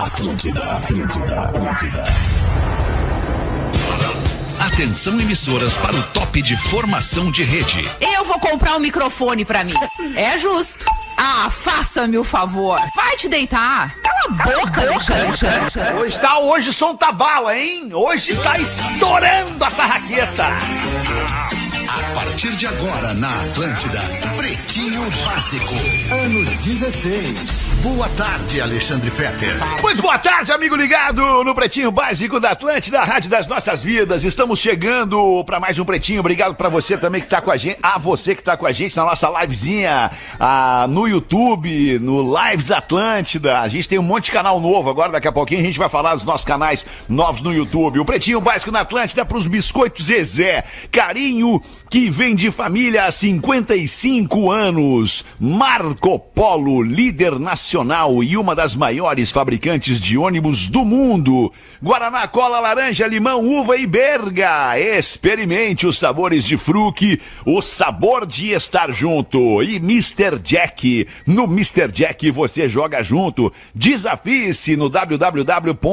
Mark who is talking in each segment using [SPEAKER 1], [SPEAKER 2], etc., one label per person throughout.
[SPEAKER 1] Atlântida, Atlântida, Atlântida.
[SPEAKER 2] Atenção emissoras para o top de formação de rede.
[SPEAKER 3] Eu vou comprar um microfone pra mim. É justo. Ah, faça-me o favor. Vai te deitar. Cala a boca, Alexandre.
[SPEAKER 4] Hoje tá, hoje som tá bala, hein? Hoje tá estourando a tarraqueta.
[SPEAKER 2] A partir de agora na Atlântida, Pretinho Básico, ano 16. Boa tarde, Alexandre Fetter.
[SPEAKER 4] Muito boa tarde, amigo ligado no Pretinho Básico da Atlântida, a Rádio das Nossas Vidas. Estamos chegando para mais um Pretinho. Obrigado para você também que tá com a gente, a você que tá com a gente na nossa livezinha ah, no YouTube, no Lives Atlântida. A gente tem um monte de canal novo agora, daqui a pouquinho a gente vai falar dos nossos canais novos no YouTube. O Pretinho Básico na Atlântida para os biscoitos Zezé. Carinho que vem de família há 55 anos. Marco Polo, líder nacional e uma das maiores fabricantes de ônibus do mundo. Guaraná, cola, laranja, limão, uva e berga. Experimente os sabores de fruque, o sabor de estar junto. E Mr. Jack. No Mr. Jack você joga junto. Desafie-se no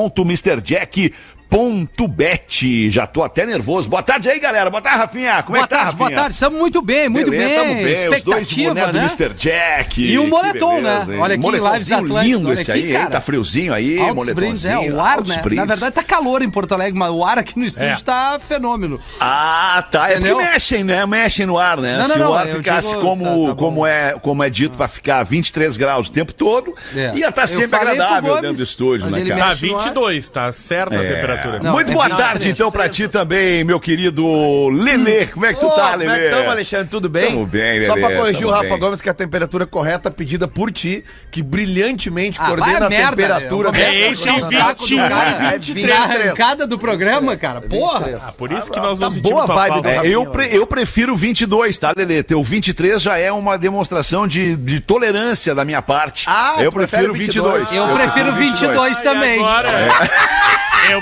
[SPEAKER 4] www.mrjack.com Ponto Bet. Já tô até nervoso. Boa tarde aí, galera. Boa tarde, Rafinha. Como é
[SPEAKER 5] boa
[SPEAKER 4] que tá,
[SPEAKER 5] tarde,
[SPEAKER 4] Rafinha?
[SPEAKER 5] boa tarde. Estamos muito bem, muito
[SPEAKER 4] Beleza,
[SPEAKER 5] bem.
[SPEAKER 4] tamo bem. Os dois de
[SPEAKER 5] Expectativa,
[SPEAKER 4] boné do
[SPEAKER 5] né?
[SPEAKER 4] Mr. Jack.
[SPEAKER 5] E o
[SPEAKER 4] Que
[SPEAKER 5] moletom, né?
[SPEAKER 4] hein?
[SPEAKER 5] Olha aqui, Lives
[SPEAKER 4] moletomzinho
[SPEAKER 5] Atlântida,
[SPEAKER 4] lindo
[SPEAKER 5] olha
[SPEAKER 4] esse
[SPEAKER 5] aqui,
[SPEAKER 4] aí, hein?
[SPEAKER 5] cara.
[SPEAKER 4] Tá friozinho aí,
[SPEAKER 5] Altos brindes, é,
[SPEAKER 4] moletomzinho.
[SPEAKER 5] o ar,
[SPEAKER 4] altos
[SPEAKER 5] né? Na
[SPEAKER 4] brindes.
[SPEAKER 5] verdade tá calor em Porto Alegre, mas o ar aqui no estúdio tá fenômeno.
[SPEAKER 4] Ah, tá. É porque
[SPEAKER 5] Entendeu?
[SPEAKER 4] mexem, né? Mexem no ar, né?
[SPEAKER 5] Não, não,
[SPEAKER 4] Se
[SPEAKER 5] não,
[SPEAKER 4] o ar
[SPEAKER 5] eu
[SPEAKER 4] ficasse
[SPEAKER 5] digo-
[SPEAKER 4] como,
[SPEAKER 5] tá, tá bom.
[SPEAKER 4] como, é, como é dito pra ficar 23 graus o tempo todo,
[SPEAKER 5] É.
[SPEAKER 4] ia estar
[SPEAKER 5] Eu
[SPEAKER 4] sempre
[SPEAKER 5] falei pro
[SPEAKER 4] agradável
[SPEAKER 5] Gomes,
[SPEAKER 4] dentro do estúdio,
[SPEAKER 5] mas
[SPEAKER 4] né,
[SPEAKER 5] ele
[SPEAKER 4] cara?
[SPEAKER 5] me
[SPEAKER 6] Tá
[SPEAKER 5] Acho no ar.
[SPEAKER 6] 22, tá certa a
[SPEAKER 4] É.
[SPEAKER 6] temperatura.
[SPEAKER 5] Não,
[SPEAKER 4] Muito
[SPEAKER 5] é
[SPEAKER 4] boa
[SPEAKER 5] verdade,
[SPEAKER 4] tarde,
[SPEAKER 5] é
[SPEAKER 4] então, pra ti também, meu querido Lelê. Como é que tu
[SPEAKER 7] Ô,
[SPEAKER 4] tá,
[SPEAKER 7] como é
[SPEAKER 4] Lelê?
[SPEAKER 7] que tamo, Alexandre? Tudo bem?
[SPEAKER 4] Tamo bem,
[SPEAKER 7] Só
[SPEAKER 4] Lelê,
[SPEAKER 7] pra corrigir
[SPEAKER 4] tamo
[SPEAKER 7] o Rafa
[SPEAKER 4] bem.
[SPEAKER 7] Gomes, que a temperatura correta pedida por ti, que brilhantemente
[SPEAKER 5] Ah, vai
[SPEAKER 7] coordena
[SPEAKER 5] a
[SPEAKER 7] a
[SPEAKER 5] merda, né?
[SPEAKER 7] temperatura
[SPEAKER 5] meu.
[SPEAKER 6] É, esse é o
[SPEAKER 5] Saco do cara,
[SPEAKER 6] 21,
[SPEAKER 5] cara,
[SPEAKER 7] é
[SPEAKER 5] Na
[SPEAKER 7] 23.
[SPEAKER 5] arrancada do programa, cara. Porra.
[SPEAKER 6] Ah, por isso que nós
[SPEAKER 7] tá
[SPEAKER 6] não sentimos
[SPEAKER 7] boa
[SPEAKER 6] tua
[SPEAKER 7] vibe
[SPEAKER 6] falta.
[SPEAKER 7] do
[SPEAKER 4] É,
[SPEAKER 8] Então,
[SPEAKER 7] Rafinha,
[SPEAKER 4] eu,
[SPEAKER 7] olha.
[SPEAKER 8] né?
[SPEAKER 4] pre- eu prefiro 22, tá, Lelê? Teu 23 já é uma demonstração de, de tolerância da minha parte.
[SPEAKER 7] Ah,
[SPEAKER 4] eu
[SPEAKER 7] tu prefere
[SPEAKER 4] prefiro 22.
[SPEAKER 7] 22.
[SPEAKER 5] Eu prefiro 22
[SPEAKER 8] Ah,
[SPEAKER 6] Ai,
[SPEAKER 5] também.
[SPEAKER 6] agora. Eu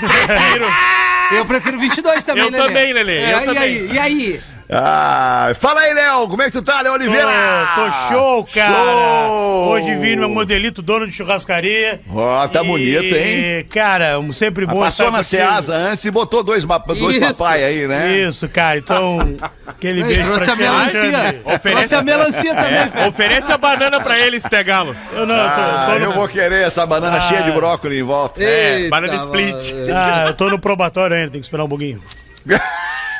[SPEAKER 6] prefiro.
[SPEAKER 5] Eu prefiro 22 também,
[SPEAKER 6] Eu
[SPEAKER 5] Lelê.
[SPEAKER 6] também, Lelê,
[SPEAKER 5] É,
[SPEAKER 6] eu
[SPEAKER 5] e
[SPEAKER 6] também.
[SPEAKER 5] aí? E aí?
[SPEAKER 4] Ah, fala aí, Léo. Como é que tu tá, Léo Oliveira?
[SPEAKER 8] Tô, tô show, cara.
[SPEAKER 4] Show!
[SPEAKER 8] Hoje vim no meu modelito dono de churrascaria.
[SPEAKER 4] Ó, tá bonito, hein?
[SPEAKER 8] Cara, um- sempre
[SPEAKER 4] Ah,
[SPEAKER 8] bom
[SPEAKER 4] Passou
[SPEAKER 8] estar
[SPEAKER 4] na
[SPEAKER 8] contigo.
[SPEAKER 4] Ceasa antes e botou dois, ma- dois
[SPEAKER 5] Isso.
[SPEAKER 4] papai aí, né?
[SPEAKER 8] Isso, cara. Então, aquele
[SPEAKER 5] Ei,
[SPEAKER 8] beijo
[SPEAKER 5] trouxe
[SPEAKER 8] pra
[SPEAKER 5] a
[SPEAKER 8] ti,
[SPEAKER 5] melancia.
[SPEAKER 8] Alexandre.
[SPEAKER 5] Trouxe a melancia também, velho.
[SPEAKER 6] Oferece a banana pra ele, Stegalo.
[SPEAKER 8] Eu não, eu tô,
[SPEAKER 4] Ah,
[SPEAKER 8] tô no...
[SPEAKER 4] eu vou querer essa banana cheia de brócolis em volta.
[SPEAKER 5] Eita,
[SPEAKER 6] banana split.
[SPEAKER 5] mano.
[SPEAKER 8] Ah, eu tô no probatório ainda, tem que esperar um pouquinho.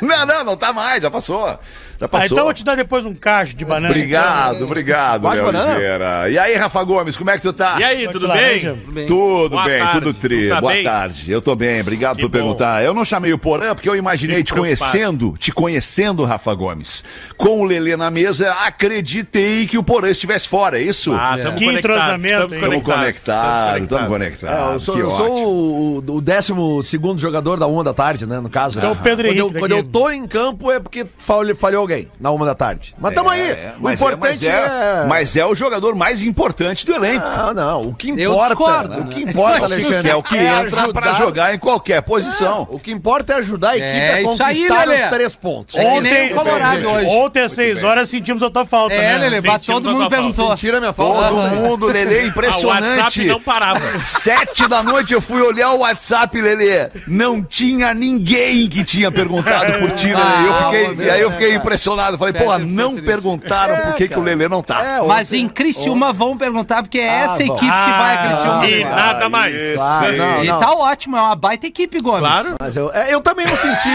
[SPEAKER 4] Não, não, não tá mais, já passou. Já
[SPEAKER 8] Ah, então eu
[SPEAKER 4] passou.
[SPEAKER 8] vou te dar depois um cacho de banana.
[SPEAKER 4] Obrigado, obrigado,
[SPEAKER 7] Quase
[SPEAKER 4] Léo
[SPEAKER 7] banana?
[SPEAKER 4] Oliveira. E aí, Rafa Gomes, como é que tu tá?
[SPEAKER 6] E aí,
[SPEAKER 8] Pode
[SPEAKER 6] tudo
[SPEAKER 8] falar,
[SPEAKER 6] bem?
[SPEAKER 8] né, Jean?
[SPEAKER 5] bem.
[SPEAKER 4] Tudo
[SPEAKER 6] Boa
[SPEAKER 4] bem,
[SPEAKER 6] tarde,
[SPEAKER 4] tudo tri.
[SPEAKER 6] tu tá
[SPEAKER 4] Boa
[SPEAKER 6] bem?
[SPEAKER 4] tarde. Eu tô bem, obrigado
[SPEAKER 6] Que
[SPEAKER 4] por
[SPEAKER 6] bom.
[SPEAKER 4] perguntar. Eu não chamei o Porã porque eu imaginei
[SPEAKER 6] Fico
[SPEAKER 4] te
[SPEAKER 6] preocupado.
[SPEAKER 4] conhecendo, te conhecendo, Rafa Gomes. Com o Lelê na mesa, acreditei que o Porã estivesse fora, é isso?
[SPEAKER 6] Ah, tamo
[SPEAKER 8] Que
[SPEAKER 6] conectados.
[SPEAKER 8] entrosamento,
[SPEAKER 6] Tamo
[SPEAKER 8] hein?
[SPEAKER 4] estamos conectados, estamos
[SPEAKER 7] É,
[SPEAKER 4] conectados.
[SPEAKER 7] eu sou,
[SPEAKER 4] que
[SPEAKER 7] eu
[SPEAKER 4] ótimo.
[SPEAKER 7] sou o, o décimo segundo jogador da uma da tarde, né? No caso.
[SPEAKER 8] Então,
[SPEAKER 7] Aham.
[SPEAKER 8] Pedro
[SPEAKER 7] quando eu,
[SPEAKER 8] Henrique
[SPEAKER 7] quando eu
[SPEAKER 8] daqui.
[SPEAKER 7] tô em campo é porque falhou, falhou alguém na uma da tarde. Mas tamo
[SPEAKER 4] É,
[SPEAKER 7] aí.
[SPEAKER 4] é,
[SPEAKER 7] o
[SPEAKER 4] mas
[SPEAKER 7] importante é.
[SPEAKER 4] mas Mas é o jogador mais importante do elenco.
[SPEAKER 7] Ah, não. O que
[SPEAKER 5] Eu
[SPEAKER 7] importa.
[SPEAKER 5] discordo,
[SPEAKER 7] né? O
[SPEAKER 5] né?
[SPEAKER 7] que importa, Alexandre.
[SPEAKER 4] Que é o que entra pra
[SPEAKER 7] ajudar-
[SPEAKER 4] jogar em qualquer posição.
[SPEAKER 7] O que importa é ajudar a equipe
[SPEAKER 5] É
[SPEAKER 7] a
[SPEAKER 5] isso
[SPEAKER 7] conquistar
[SPEAKER 5] aí, Lelê.
[SPEAKER 7] os três pontos.
[SPEAKER 5] É que nem
[SPEAKER 8] Ontem,
[SPEAKER 5] o Colorado hoje.
[SPEAKER 8] ontem às seis
[SPEAKER 4] bem.
[SPEAKER 8] horas sentimos a tua falta,
[SPEAKER 5] É,
[SPEAKER 8] né?
[SPEAKER 5] Lelê,
[SPEAKER 8] Sentimos
[SPEAKER 5] bate- todo
[SPEAKER 6] a
[SPEAKER 5] mundo
[SPEAKER 6] tua falta.
[SPEAKER 5] perguntou.
[SPEAKER 7] Tira minha falta.
[SPEAKER 4] Todo mundo, Lelê,
[SPEAKER 6] Ah, o WhatsApp
[SPEAKER 4] impressionante.
[SPEAKER 6] não parava.
[SPEAKER 4] Sete da noite eu fui olhar o WhatsApp, Lelê. Não tinha ninguém que tinha perguntado por ti, Lelê. Eu
[SPEAKER 5] Ah,
[SPEAKER 4] fiquei-
[SPEAKER 5] meu
[SPEAKER 4] e aí eu
[SPEAKER 5] Deus,
[SPEAKER 4] fiquei impressionado. Falei, porra,
[SPEAKER 5] Fetter ficou
[SPEAKER 4] não
[SPEAKER 5] triste.
[SPEAKER 4] perguntaram por que, que o Lelê não tá.
[SPEAKER 7] É, ontem-
[SPEAKER 5] Mas em Criciúma vão perguntar, porque é essa
[SPEAKER 7] vão.
[SPEAKER 5] equipe que
[SPEAKER 8] Ah,
[SPEAKER 5] vai a Criciúma.
[SPEAKER 6] E
[SPEAKER 5] levar.
[SPEAKER 6] nada mais.
[SPEAKER 7] Ah, não,
[SPEAKER 5] E
[SPEAKER 7] não.
[SPEAKER 5] tá ótimo, é uma baita equipe, Gomes.
[SPEAKER 6] Claro.
[SPEAKER 7] Mas eu, é, eu também não senti.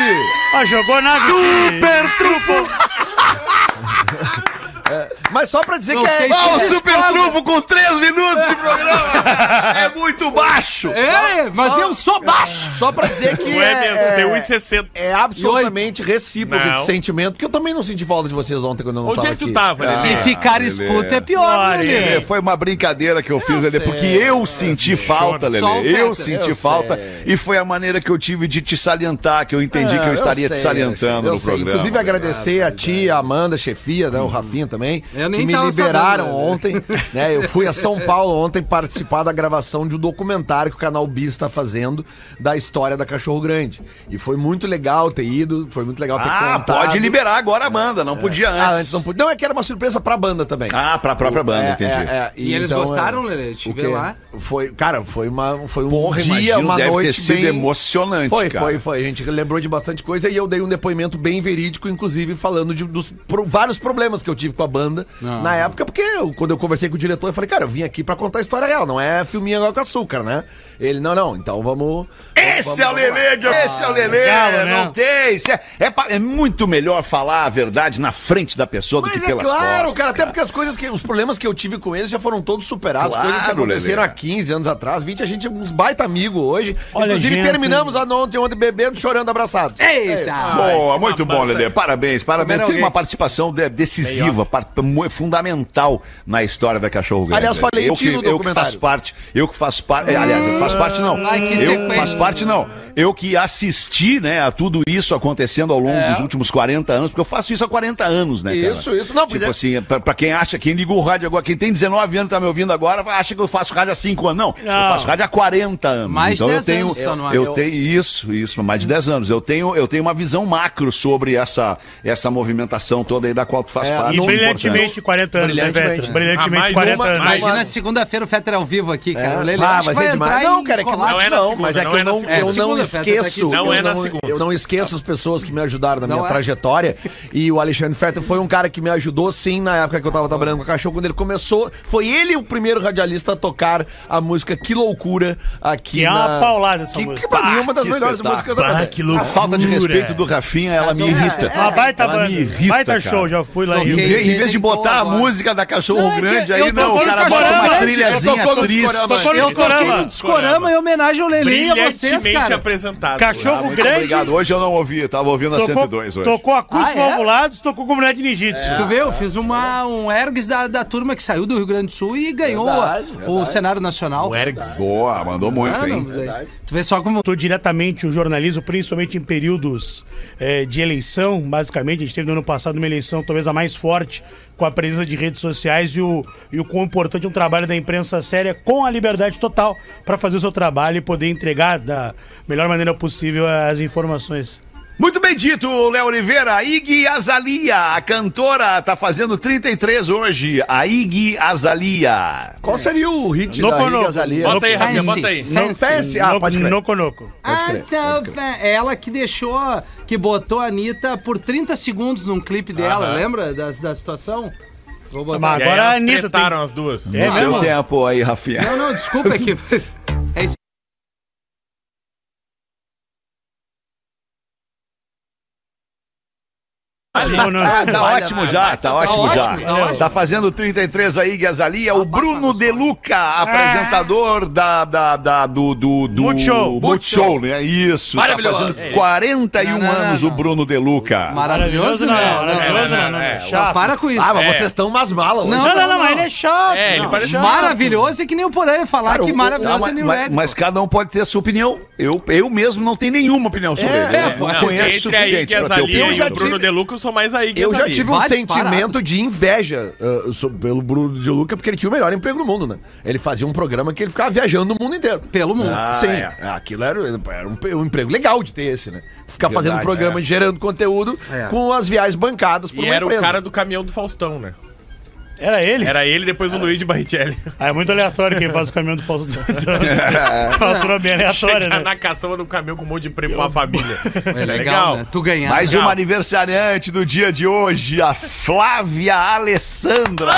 [SPEAKER 8] Ah, jogou nada.
[SPEAKER 4] Super trufo!
[SPEAKER 7] Mas só pra dizer
[SPEAKER 5] Não
[SPEAKER 7] que
[SPEAKER 5] sei
[SPEAKER 7] é.
[SPEAKER 5] se-
[SPEAKER 4] Ah, o
[SPEAKER 5] Desculpa.
[SPEAKER 4] super trufo com três minutos de programa! É muito baixo!
[SPEAKER 5] É, mas eu sou baixo.
[SPEAKER 7] Só pra dizer que.
[SPEAKER 6] Não é mesmo, tem
[SPEAKER 7] é,
[SPEAKER 6] 1,60.
[SPEAKER 7] é absolutamente recíproco
[SPEAKER 6] Não.
[SPEAKER 7] esse sentimento, porque eu também não senti falta de vocês ontem quando eu não
[SPEAKER 6] Onde
[SPEAKER 7] tava
[SPEAKER 6] é que tu
[SPEAKER 7] aqui.
[SPEAKER 6] tava,
[SPEAKER 5] Se
[SPEAKER 6] Lelê?
[SPEAKER 5] ficar
[SPEAKER 4] Lelê.
[SPEAKER 5] esputo é Ah. pior,
[SPEAKER 8] Olha,
[SPEAKER 5] né,
[SPEAKER 4] É,
[SPEAKER 5] Lelê?
[SPEAKER 4] foi uma brincadeira que eu fiz, Lelê, porque eu senti falta, Lelê.
[SPEAKER 5] Só o
[SPEAKER 4] Eu
[SPEAKER 5] Fetter.
[SPEAKER 4] senti
[SPEAKER 7] um Eu
[SPEAKER 4] falta e foi a maneira que eu tive de te salientar, que eu entendi que eu
[SPEAKER 7] Ah,
[SPEAKER 4] estaria
[SPEAKER 7] sei,
[SPEAKER 4] te salientando
[SPEAKER 7] eu
[SPEAKER 4] no
[SPEAKER 7] sei.
[SPEAKER 4] programa.
[SPEAKER 7] Inclusive, agradecer a ti, a Amanda, chefia,
[SPEAKER 6] Uhum.
[SPEAKER 7] né, o Rafinha também,
[SPEAKER 5] Eu nem
[SPEAKER 7] que me
[SPEAKER 5] tava
[SPEAKER 7] liberaram
[SPEAKER 5] sabendo, né?
[SPEAKER 7] ontem. né, eu fui a São Paulo ontem participar da gravação de um documentário que o canal Bis está fazendo da história da Cachorro Grande. E foi muito legal ter ido, foi muito legal ter
[SPEAKER 4] Ah,
[SPEAKER 7] contado.
[SPEAKER 4] pode liberar agora a banda, não podia
[SPEAKER 7] Ah,
[SPEAKER 4] antes.
[SPEAKER 7] antes não podia. Não, é que era uma surpresa pra banda também.
[SPEAKER 4] Ah, pra própria banda,
[SPEAKER 7] É,
[SPEAKER 4] entendi.
[SPEAKER 7] é, é.
[SPEAKER 5] E eles gostaram,
[SPEAKER 7] é,
[SPEAKER 5] Lelê? Te
[SPEAKER 7] o
[SPEAKER 5] ver
[SPEAKER 7] quê?
[SPEAKER 5] lá?
[SPEAKER 7] Foi, cara, foi, uma, foi um
[SPEAKER 4] Porra,
[SPEAKER 7] dia,
[SPEAKER 4] imagino,
[SPEAKER 7] uma
[SPEAKER 4] deve ter
[SPEAKER 7] noite
[SPEAKER 4] sido
[SPEAKER 7] bem...
[SPEAKER 4] emocionante,
[SPEAKER 7] foi,
[SPEAKER 4] cara.
[SPEAKER 7] Foi, foi. A gente lembrou de bastante coisa e eu dei um depoimento bem verídico, inclusive falando de dos pro- vários problemas que eu tive com a banda na época, porque eu- quando eu conversei com o diretor, eu falei, cara, eu vim aqui pra contar a história real, não é filminha água com açúcar, né? Ele, não, não, então vamos... vamos-
[SPEAKER 4] Esse é o
[SPEAKER 7] vamos lá." Ah,
[SPEAKER 4] Lelê, Guilherme, esse é o Lelê,
[SPEAKER 8] legal, né?
[SPEAKER 4] não tem. isso é, é pa- é muito melhor falar a verdade na frente da pessoa do
[SPEAKER 7] Mas
[SPEAKER 4] que
[SPEAKER 7] é
[SPEAKER 4] pelas
[SPEAKER 7] claro,
[SPEAKER 4] costas.
[SPEAKER 7] cara, até porque as coisas que. Os problemas que eu tive com eles já foram todos superados.
[SPEAKER 4] Claro,
[SPEAKER 7] coisas que aconteceram
[SPEAKER 4] Lelê.
[SPEAKER 7] há 15 anos atrás, 20, a gente é uns baita amigo hoje.
[SPEAKER 8] Olha,
[SPEAKER 7] Inclusive,
[SPEAKER 8] gente.
[SPEAKER 7] terminamos a noite ontem bebendo, chorando
[SPEAKER 4] É,
[SPEAKER 7] abraçados.
[SPEAKER 5] Eita!
[SPEAKER 4] Boa, muito bom, Lelê. Parabéns, parabéns.
[SPEAKER 5] Primeiro
[SPEAKER 4] Teve uma
[SPEAKER 5] alguém.
[SPEAKER 4] participação de- decisiva, par- mu- fundamental na história da Cachorro Grande.
[SPEAKER 7] Aliás, falei
[SPEAKER 4] eu
[SPEAKER 7] de ti
[SPEAKER 4] que,
[SPEAKER 7] no
[SPEAKER 4] eu que faço
[SPEAKER 7] documentário.
[SPEAKER 4] parte, eu que faço parte, aliás, eu faço parte não.
[SPEAKER 5] Ai, que
[SPEAKER 4] eu que
[SPEAKER 5] sequência.
[SPEAKER 4] faço parte não. Eu que assisti, né, a tudo isso acontecendo ao longo dos últimos 40 anos, porque eu faço isso há 40 anos, né, cara?
[SPEAKER 7] Isso, isso. Não,
[SPEAKER 4] Tipo
[SPEAKER 7] pois é.
[SPEAKER 4] assim, pra, pra quem acha, quem liga o rádio agora, quem tem 19 anos e tá me ouvindo agora, acha que eu faço rádio há 5 anos. Não, eu
[SPEAKER 8] Não.
[SPEAKER 4] faço rádio há 40 anos.
[SPEAKER 5] Mais
[SPEAKER 4] então
[SPEAKER 5] 10
[SPEAKER 4] eu tenho,
[SPEAKER 5] anos tá no ar.
[SPEAKER 4] eu
[SPEAKER 5] Eu-
[SPEAKER 4] tenho isso, isso, mais de 10 anos. Eu tenho, eu tenho uma visão macro sobre essa, essa movimentação toda aí da qual tu faz
[SPEAKER 7] É,
[SPEAKER 4] parte.
[SPEAKER 8] E
[SPEAKER 7] não
[SPEAKER 4] muito importante.
[SPEAKER 8] brilhantemente 40 anos, né, Vetra?
[SPEAKER 7] Brilhantemente, né?
[SPEAKER 6] Ah, mais
[SPEAKER 8] Brilhantemente 40
[SPEAKER 6] uma-
[SPEAKER 8] anos.
[SPEAKER 6] mais
[SPEAKER 5] Imagina segunda-feira o Fetter ao vivo aqui, cara. O Lelê
[SPEAKER 7] ah,
[SPEAKER 5] acho que
[SPEAKER 7] mas
[SPEAKER 5] vai
[SPEAKER 7] é
[SPEAKER 5] entrar
[SPEAKER 7] demais.
[SPEAKER 5] e
[SPEAKER 7] Não, cara, é que
[SPEAKER 5] colar.
[SPEAKER 6] Não é na
[SPEAKER 7] não,
[SPEAKER 6] segunda,
[SPEAKER 7] mas é
[SPEAKER 6] não
[SPEAKER 7] que
[SPEAKER 6] é
[SPEAKER 7] eu
[SPEAKER 6] na
[SPEAKER 7] não,
[SPEAKER 6] segunda.
[SPEAKER 7] eu
[SPEAKER 5] É,
[SPEAKER 7] não
[SPEAKER 5] segunda, Feta, tá aqui.
[SPEAKER 7] esqueço.
[SPEAKER 5] Não
[SPEAKER 7] eu
[SPEAKER 6] é na segunda.
[SPEAKER 7] Eu não esqueço as pessoas que me ajudaram na minha
[SPEAKER 5] Não é.
[SPEAKER 7] trajetória. E o Alexandre Fetter foi um cara que me ajudou, sim, na época que eu tava trabalhando com o cachorro, quando ele começou. Foi ele o primeiro radialista a tocar a música Que Loucura aqui.
[SPEAKER 8] Que é uma
[SPEAKER 7] na-
[SPEAKER 8] paulada essa
[SPEAKER 7] que,
[SPEAKER 8] música.
[SPEAKER 7] Que pra mim é uma das
[SPEAKER 4] Que
[SPEAKER 7] melhores
[SPEAKER 4] espetáculo.
[SPEAKER 7] músicas da
[SPEAKER 6] Ah,
[SPEAKER 7] banda.
[SPEAKER 6] que loucura.
[SPEAKER 4] A falta de respeito do Rafinha, ela me irrita.
[SPEAKER 8] é, Uma baita
[SPEAKER 4] ela me
[SPEAKER 8] banda.
[SPEAKER 4] irrita,
[SPEAKER 8] baita
[SPEAKER 4] cara.
[SPEAKER 8] show, já fui lá em
[SPEAKER 4] Em,
[SPEAKER 5] Toquei.
[SPEAKER 8] Rio.
[SPEAKER 4] vez- em vez de botar a
[SPEAKER 5] Agora.
[SPEAKER 4] música da Cachorro
[SPEAKER 5] Não, é que
[SPEAKER 4] Grande
[SPEAKER 5] eu
[SPEAKER 4] aí, não, o
[SPEAKER 5] tocou no
[SPEAKER 4] cara bota
[SPEAKER 8] Discorama
[SPEAKER 4] uma
[SPEAKER 8] antes,
[SPEAKER 4] trilhazinha
[SPEAKER 7] tocou no
[SPEAKER 4] triste.
[SPEAKER 7] Discorama.
[SPEAKER 8] Tocou no
[SPEAKER 5] Eu toquei no
[SPEAKER 8] Discorama.
[SPEAKER 5] Discorama em homenagem ao Lelê e a vocês,
[SPEAKER 6] Brilhantemente
[SPEAKER 5] cara.
[SPEAKER 6] apresentado.
[SPEAKER 4] Ah,
[SPEAKER 8] Cachorro
[SPEAKER 4] muito
[SPEAKER 8] Grande.
[SPEAKER 4] obrigado. Hoje eu não ouvi, eu tava ouvindo a 102 hoje.
[SPEAKER 8] Tocou acústico
[SPEAKER 5] Ah, é?
[SPEAKER 8] ovulados, tocou com mulher de ninjitsu.
[SPEAKER 5] Tu viu? Fiz uma, um ergs da, da turma que saiu do Rio Grande do Sul e ganhou
[SPEAKER 7] Verdade,
[SPEAKER 5] a- o
[SPEAKER 7] verdade.
[SPEAKER 5] cenário nacional.
[SPEAKER 4] Boa, mandou muito,
[SPEAKER 5] Ah, não,
[SPEAKER 4] hein?
[SPEAKER 5] mas aí- tu vê só como.
[SPEAKER 8] Estou diretamente o jornalismo, principalmente em períodos eh, de eleição, basicamente. A gente teve no ano passado uma eleição talvez a mais forte, com a presença de redes sociais e o, e o quão importante é um trabalho da imprensa séria com a liberdade total para fazer o seu trabalho e poder entregar da melhor maneira possível as informações.
[SPEAKER 4] Muito bem dito, Léo Oliveira. Iggy Azalia, a cantora, tá fazendo 33 hoje. A Iggy Azalia.
[SPEAKER 7] Qual seria o hit da
[SPEAKER 8] Noconoco.
[SPEAKER 7] Iggy Azalea?
[SPEAKER 6] Bota aí, Rafinha,
[SPEAKER 5] Fancy,
[SPEAKER 6] bota aí.
[SPEAKER 5] fancy.
[SPEAKER 7] Ah, pode crer.
[SPEAKER 8] No Conoco.
[SPEAKER 5] I'm so fan- Ah, É Ela que deixou, que botou a Anitta por 30 segundos num clipe dela,
[SPEAKER 6] Aham.
[SPEAKER 5] lembra da, da situação? Vou
[SPEAKER 8] Mas
[SPEAKER 5] botar. aqui.
[SPEAKER 6] E aí
[SPEAKER 8] Agora a
[SPEAKER 6] elas
[SPEAKER 8] Anitta
[SPEAKER 6] tretaram as duas.
[SPEAKER 8] É
[SPEAKER 4] Deu
[SPEAKER 8] mesmo?
[SPEAKER 4] tempo aí, Rafinha.
[SPEAKER 5] Não, não, desculpa, é que. É isso.
[SPEAKER 8] Não, não.
[SPEAKER 4] Ah, tá ótimo já, tá ótimo
[SPEAKER 5] ótimo, tá
[SPEAKER 4] já.
[SPEAKER 5] ótimo.
[SPEAKER 4] Tá fazendo 33 aí, Gazalia. O Bruno De Luca, apresentador da, da, da- do, do, do...
[SPEAKER 8] Multishow.
[SPEAKER 4] Multishow, né? Isso. Tá
[SPEAKER 6] Maravilhoso.
[SPEAKER 4] fazendo 41
[SPEAKER 5] Não, não, não,
[SPEAKER 4] anos o
[SPEAKER 5] não.
[SPEAKER 4] Bruno De Luca.
[SPEAKER 5] Maravilhoso, não, não, não,
[SPEAKER 8] Maravilhoso, não, não.
[SPEAKER 6] É,
[SPEAKER 8] é
[SPEAKER 6] não,
[SPEAKER 8] chato.
[SPEAKER 5] Para com isso.
[SPEAKER 7] Ah, mas
[SPEAKER 6] É.
[SPEAKER 7] vocês estão umas malas hoje.
[SPEAKER 5] Não,
[SPEAKER 8] Não, não, não, mas ele é chato.
[SPEAKER 6] É, ele
[SPEAKER 8] Não,
[SPEAKER 6] parece
[SPEAKER 8] chato.
[SPEAKER 5] Maravilhoso é que nem o Porã falar
[SPEAKER 7] Cara,
[SPEAKER 5] que
[SPEAKER 7] o-
[SPEAKER 4] Ah,
[SPEAKER 5] maravilhoso é
[SPEAKER 4] mas,
[SPEAKER 5] New
[SPEAKER 4] mas-
[SPEAKER 5] Red.
[SPEAKER 4] mas cada um pode ter a sua opinião. Eu, eu mesmo não tenho nenhuma opinião sobre ele. né?
[SPEAKER 7] é,
[SPEAKER 4] Eu não
[SPEAKER 6] Não,
[SPEAKER 4] conheço o
[SPEAKER 6] entre a Iggy
[SPEAKER 4] suficiente pra ter
[SPEAKER 6] Azalia
[SPEAKER 4] opinião.
[SPEAKER 7] Eu
[SPEAKER 6] e
[SPEAKER 7] já
[SPEAKER 6] o Bruno
[SPEAKER 7] tive-
[SPEAKER 6] Deluca, eu sou mais a Iggy
[SPEAKER 7] Eu já
[SPEAKER 6] Azalia.
[SPEAKER 7] tive um
[SPEAKER 5] Vai disparar.
[SPEAKER 7] sentimento de inveja ah, so- pelo Bruno de Luca, porque ele tinha o melhor emprego do mundo, né? Ele fazia um programa que ele ficava viajando o mundo inteiro.
[SPEAKER 5] Pelo mundo.
[SPEAKER 4] Ah,
[SPEAKER 7] Sim,
[SPEAKER 4] é.
[SPEAKER 7] aquilo era, era um, um emprego legal de ter esse, né? Ficar fazendo
[SPEAKER 4] Verdade,
[SPEAKER 7] programa
[SPEAKER 4] é.
[SPEAKER 7] e gerando conteúdo
[SPEAKER 5] É.
[SPEAKER 7] com as viagens bancadas por
[SPEAKER 6] E
[SPEAKER 7] uma
[SPEAKER 6] era o
[SPEAKER 7] empresa.
[SPEAKER 6] cara do caminhão do Faustão, né?
[SPEAKER 8] Era ele?
[SPEAKER 6] Era ele e depois o Luigi Barrichelli.
[SPEAKER 8] Ah, é muito aleatório quem faz o caminho do Faustão. Fatura bem aleatória,
[SPEAKER 6] Chegar
[SPEAKER 8] né?
[SPEAKER 6] na caçamba do caminhão com um monte de prêmio pra família.
[SPEAKER 5] É legal, né? Tu ganhar.
[SPEAKER 4] Mais
[SPEAKER 6] Legal.
[SPEAKER 4] uma aniversariante do dia de hoje, a Flávia Alessandra.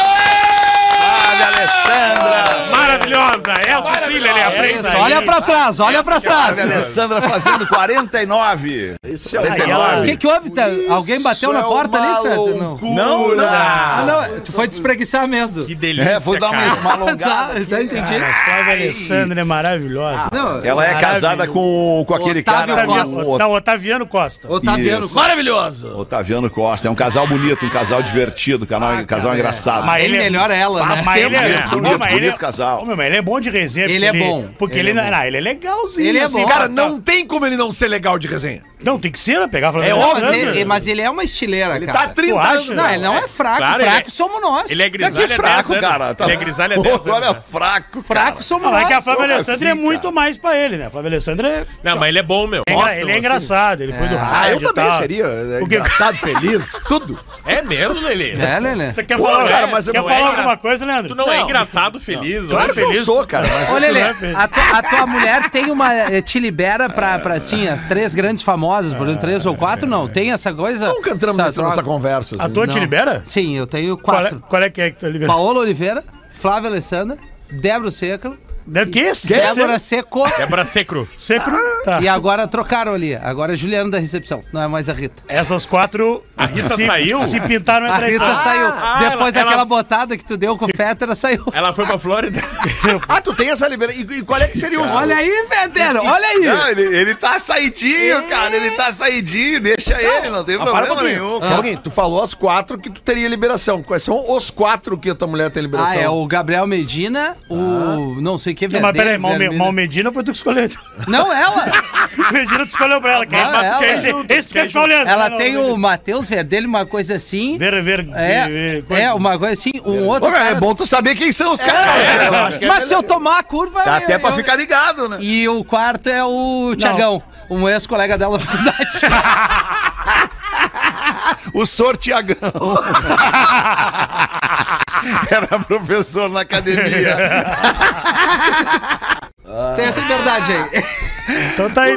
[SPEAKER 4] Flávia Alessandra.
[SPEAKER 6] Maravilhosa! Essa sim, Lelê,
[SPEAKER 5] É Isso,
[SPEAKER 6] aprenda é aí.
[SPEAKER 5] olha pra trás, olha pra trás.
[SPEAKER 4] Flávia Alessandra fazendo 49.
[SPEAKER 7] Esse é o
[SPEAKER 8] Aí ela-
[SPEAKER 5] O que, que houve? Tá- Alguém bateu na porta ali, Fede? Não.
[SPEAKER 4] Não, não.
[SPEAKER 5] Ah, não, tu foi despreguiçar mesmo.
[SPEAKER 6] Que delícia,
[SPEAKER 4] É, vou dar uma
[SPEAKER 6] cara.
[SPEAKER 5] Tá,
[SPEAKER 4] esmalongada.
[SPEAKER 5] tá, entendi.
[SPEAKER 8] Flávia Alessandra é maravilhosa. Tá
[SPEAKER 5] Não,
[SPEAKER 4] Ela é casada com, com aquele
[SPEAKER 5] Otávio
[SPEAKER 4] cara,
[SPEAKER 5] Costa.
[SPEAKER 4] o
[SPEAKER 8] Não, Otaviano Costa.
[SPEAKER 5] Otaviano.
[SPEAKER 4] Isso.
[SPEAKER 5] Maravilhoso.
[SPEAKER 4] Otaviano Costa. É um casal bonito, um casal divertido, um casal, um casal engraçado.
[SPEAKER 5] Ele melhora ela, né?
[SPEAKER 8] Mas ele é,
[SPEAKER 4] mesmo, bonito,
[SPEAKER 8] Ô, mas ele é-
[SPEAKER 4] bonito casal.
[SPEAKER 8] Ô, meu, mas ele é bom bom de resenha.
[SPEAKER 5] Ele
[SPEAKER 8] porque
[SPEAKER 5] é bom.
[SPEAKER 8] Porque
[SPEAKER 5] Ele
[SPEAKER 8] ele,
[SPEAKER 5] é
[SPEAKER 8] não, ele é legalzinho. assim.
[SPEAKER 5] Ele é bom.
[SPEAKER 7] Cara, não tem como ele não ser legal de resenha.
[SPEAKER 8] Não, tem que ser, né? Pegar e falar.
[SPEAKER 7] É
[SPEAKER 8] "Ah,
[SPEAKER 5] Não, mas,
[SPEAKER 8] Sandra,
[SPEAKER 5] ele, mas ele é uma estileira,
[SPEAKER 7] Ele tá há
[SPEAKER 5] cara.
[SPEAKER 7] 30
[SPEAKER 8] acha?
[SPEAKER 7] anos.
[SPEAKER 5] Não, ele não é fraco.
[SPEAKER 6] Claro,
[SPEAKER 5] fraco
[SPEAKER 6] ele é-
[SPEAKER 5] somos nós.
[SPEAKER 6] Ele é
[SPEAKER 7] Que
[SPEAKER 6] grisalho há 10
[SPEAKER 7] fraco,
[SPEAKER 6] anos.
[SPEAKER 7] cara. Tá-
[SPEAKER 6] Ele é grisalho há 10 anos.
[SPEAKER 7] Olha,
[SPEAKER 6] né?
[SPEAKER 7] fraco,
[SPEAKER 5] fraco
[SPEAKER 7] cara.
[SPEAKER 5] somos
[SPEAKER 8] Ah, mas
[SPEAKER 5] nós.
[SPEAKER 8] que a Flávia
[SPEAKER 7] Como
[SPEAKER 8] Alessandra é
[SPEAKER 7] assim,
[SPEAKER 8] muito
[SPEAKER 7] cara?
[SPEAKER 8] mais pra ele, né? A Flávia Alessandra é.
[SPEAKER 6] Não, mas ele é bom, meu.
[SPEAKER 8] é engra- ele é engraçado, ele foi do rádio.
[SPEAKER 7] Ah, eu
[SPEAKER 8] e
[SPEAKER 7] também
[SPEAKER 8] tal.
[SPEAKER 7] seria.
[SPEAKER 8] O que-
[SPEAKER 7] Engraçado, feliz, tudo.
[SPEAKER 6] É mesmo, Lelê?
[SPEAKER 5] É, Lelê.
[SPEAKER 8] Tu quer
[SPEAKER 7] Pô,
[SPEAKER 8] falar,
[SPEAKER 7] cara,
[SPEAKER 8] é,
[SPEAKER 7] mas eu
[SPEAKER 8] quer
[SPEAKER 7] não
[SPEAKER 8] falar
[SPEAKER 6] é
[SPEAKER 8] alguma
[SPEAKER 6] engraçado.
[SPEAKER 8] coisa, Leandro?
[SPEAKER 6] Tu não, é engraçado, feliz?
[SPEAKER 7] Claro que eu
[SPEAKER 6] feliz.
[SPEAKER 7] sou, cara. mas-
[SPEAKER 5] Ô, Lelê,
[SPEAKER 8] não é feio.
[SPEAKER 5] a, tua- a tua mulher tem uma. eh, Te libera pra, pra assim, as três grandes famosas, por exemplo, três ou quatro, não. Tem essa coisa.
[SPEAKER 7] Nunca entramos
[SPEAKER 5] essa
[SPEAKER 7] nessa,
[SPEAKER 5] troca?
[SPEAKER 7] nessa conversa.
[SPEAKER 8] A
[SPEAKER 7] assim.
[SPEAKER 8] tua te
[SPEAKER 5] Não.
[SPEAKER 8] libera?
[SPEAKER 5] Sim, eu tenho
[SPEAKER 8] Qual é,
[SPEAKER 5] quatro.
[SPEAKER 8] qual é que é que tu libera?
[SPEAKER 5] Paola Oliveira, Flávia Alessandra, Débora Seco,
[SPEAKER 8] Deve que isso?
[SPEAKER 7] é
[SPEAKER 5] Débora Seco.
[SPEAKER 6] Débora Secro.
[SPEAKER 8] Secro. Tá.
[SPEAKER 5] E agora trocaram ali. Agora é Juliana da recepção, não é mais a Rita.
[SPEAKER 8] Essas quatro.
[SPEAKER 6] A Rita
[SPEAKER 8] se,
[SPEAKER 6] saiu?
[SPEAKER 8] Se é pintaram
[SPEAKER 5] A
[SPEAKER 8] entre
[SPEAKER 5] Rita saiu.
[SPEAKER 6] ah, ela-
[SPEAKER 5] Depois daquela
[SPEAKER 6] ela-
[SPEAKER 5] botada que tu deu com o Fetter, ela saiu.
[SPEAKER 6] Ela foi pra Flórida.
[SPEAKER 7] Ah, tu tem essa liberdade. E, e qual é que seria o.
[SPEAKER 5] Olha aí, Fetter, olha aí.
[SPEAKER 2] Não, ele, ele tá saidinho, cara. Ele tá saidinho. Deixa ele, não tem
[SPEAKER 7] Ah, para um
[SPEAKER 2] problema
[SPEAKER 7] pouquinho.
[SPEAKER 2] nenhum.
[SPEAKER 7] Só um pouquinho. tu falou as quatro que tu teria liberação. Quais são os quatro que a tua mulher tem liberação?
[SPEAKER 5] Ah, é o Gabriel Medina, o Ah. não sei o que,
[SPEAKER 8] Mas peraí,
[SPEAKER 5] Verdeiro,
[SPEAKER 8] Mal,
[SPEAKER 5] Vermelho.
[SPEAKER 8] Mal Medina foi tu que escolheu.
[SPEAKER 5] Não, ela.
[SPEAKER 8] Medina tu escolheu pra ela. é Quem
[SPEAKER 5] Não,
[SPEAKER 8] mas tu
[SPEAKER 5] ela. é
[SPEAKER 8] quer esse, esse tu quer ficar olhando.
[SPEAKER 5] Ela
[SPEAKER 8] né, Não, não,
[SPEAKER 5] tem
[SPEAKER 8] não.
[SPEAKER 5] o Matheus Verdelho, uma coisa assim.
[SPEAKER 8] Ver, ver,
[SPEAKER 5] É,
[SPEAKER 8] ver- coisa.
[SPEAKER 5] é, uma coisa assim, um outro.
[SPEAKER 2] Ô, meu, é
[SPEAKER 5] cara-
[SPEAKER 2] bom tu saber quem são os caras. né?
[SPEAKER 5] Mas se é, eu tomar a curva.
[SPEAKER 2] Dá
[SPEAKER 5] eu-
[SPEAKER 2] até pra
[SPEAKER 5] eu-
[SPEAKER 2] ficar ligado, né?
[SPEAKER 5] E o quarto é o Tiagão, um ex-colega dela da faculdade.
[SPEAKER 2] O sorteagão. Era professor na academia.
[SPEAKER 5] Tem essa liberdade aí.
[SPEAKER 8] Então tá aí.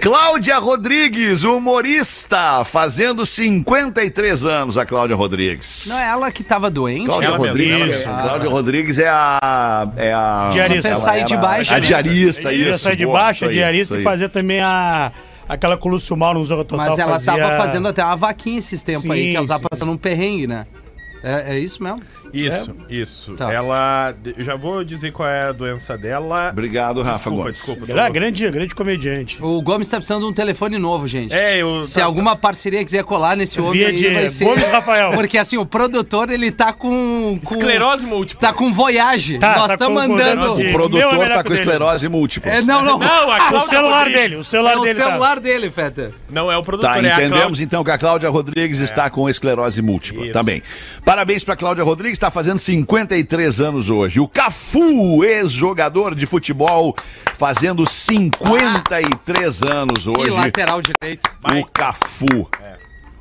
[SPEAKER 2] Cláudia Rodrigues, humorista, fazendo 53 anos a Cláudia Rodrigues.
[SPEAKER 5] Não é ela que tava doente?
[SPEAKER 2] Cláudia
[SPEAKER 6] Ela mesma,
[SPEAKER 2] Rodrigues.
[SPEAKER 6] ela
[SPEAKER 2] Isso. Cláudia Rodrigues é a. É a.
[SPEAKER 8] Diarista.
[SPEAKER 2] ela
[SPEAKER 5] Sai de
[SPEAKER 2] era-
[SPEAKER 5] baixo,
[SPEAKER 2] A
[SPEAKER 5] né?
[SPEAKER 2] diarista, isso.
[SPEAKER 8] Ia sair de
[SPEAKER 2] boa,
[SPEAKER 8] baixo,
[SPEAKER 2] isso aí,
[SPEAKER 8] diarista
[SPEAKER 2] isso
[SPEAKER 8] e
[SPEAKER 2] aí.
[SPEAKER 8] fazer também a. Aquela colúcio mal no Zorro Total.
[SPEAKER 5] Mas ela
[SPEAKER 8] fazia...
[SPEAKER 5] tava fazendo até uma vaquinha esses tempos aí,
[SPEAKER 8] Sim,
[SPEAKER 5] que ela tava
[SPEAKER 8] sim.
[SPEAKER 5] passando um perrengue, né? É, é isso mesmo?
[SPEAKER 6] Isso, isso.
[SPEAKER 5] Tá.
[SPEAKER 6] Ela. Eu já vou dizer qual é a doença dela.
[SPEAKER 2] Obrigado, Rafa
[SPEAKER 6] Desculpa,
[SPEAKER 2] Gomes.
[SPEAKER 6] desculpa.
[SPEAKER 8] Ela é
[SPEAKER 6] tô-
[SPEAKER 8] grande, grande comediante.
[SPEAKER 5] O Gomes tá precisando de um telefone novo, gente.
[SPEAKER 6] É, eu.
[SPEAKER 5] Se alguma parceria quiser colar nesse homem
[SPEAKER 8] Via
[SPEAKER 5] aí,
[SPEAKER 8] de
[SPEAKER 5] vai ser...
[SPEAKER 8] Gomes Rafael.
[SPEAKER 5] Porque assim, o produtor, ele tá com... com...
[SPEAKER 6] Esclerose múltipla.
[SPEAKER 5] Tá com voyage.
[SPEAKER 8] Tá,
[SPEAKER 5] Nós
[SPEAKER 8] tá
[SPEAKER 5] estamos
[SPEAKER 8] com-
[SPEAKER 5] andando...
[SPEAKER 8] com-
[SPEAKER 2] O
[SPEAKER 8] Meu é
[SPEAKER 2] produtor
[SPEAKER 8] melhor
[SPEAKER 2] tá
[SPEAKER 8] que
[SPEAKER 2] com
[SPEAKER 8] o dele.
[SPEAKER 2] esclerose múltipla.
[SPEAKER 5] É, não, não.
[SPEAKER 6] Não, a
[SPEAKER 8] O
[SPEAKER 6] Cláudia
[SPEAKER 8] celular
[SPEAKER 6] Rodrigues.
[SPEAKER 8] dele, o
[SPEAKER 5] É
[SPEAKER 8] celular
[SPEAKER 5] o
[SPEAKER 8] dele. tá.
[SPEAKER 5] celular dele, Feta.
[SPEAKER 6] Não, é o produtor,
[SPEAKER 2] Tá,
[SPEAKER 6] é a
[SPEAKER 2] entendemos
[SPEAKER 6] Cláudia.
[SPEAKER 2] então que a Cláudia Rodrigues está com esclerose múltipla
[SPEAKER 6] Isso.
[SPEAKER 2] também. Parabéns para Cláudia Rodrigues, está fazendo 53 anos hoje. O Cafu, ex-jogador de futebol, fazendo 53 anos
[SPEAKER 5] E
[SPEAKER 2] hoje.
[SPEAKER 5] lateral direito.
[SPEAKER 2] O Cafu.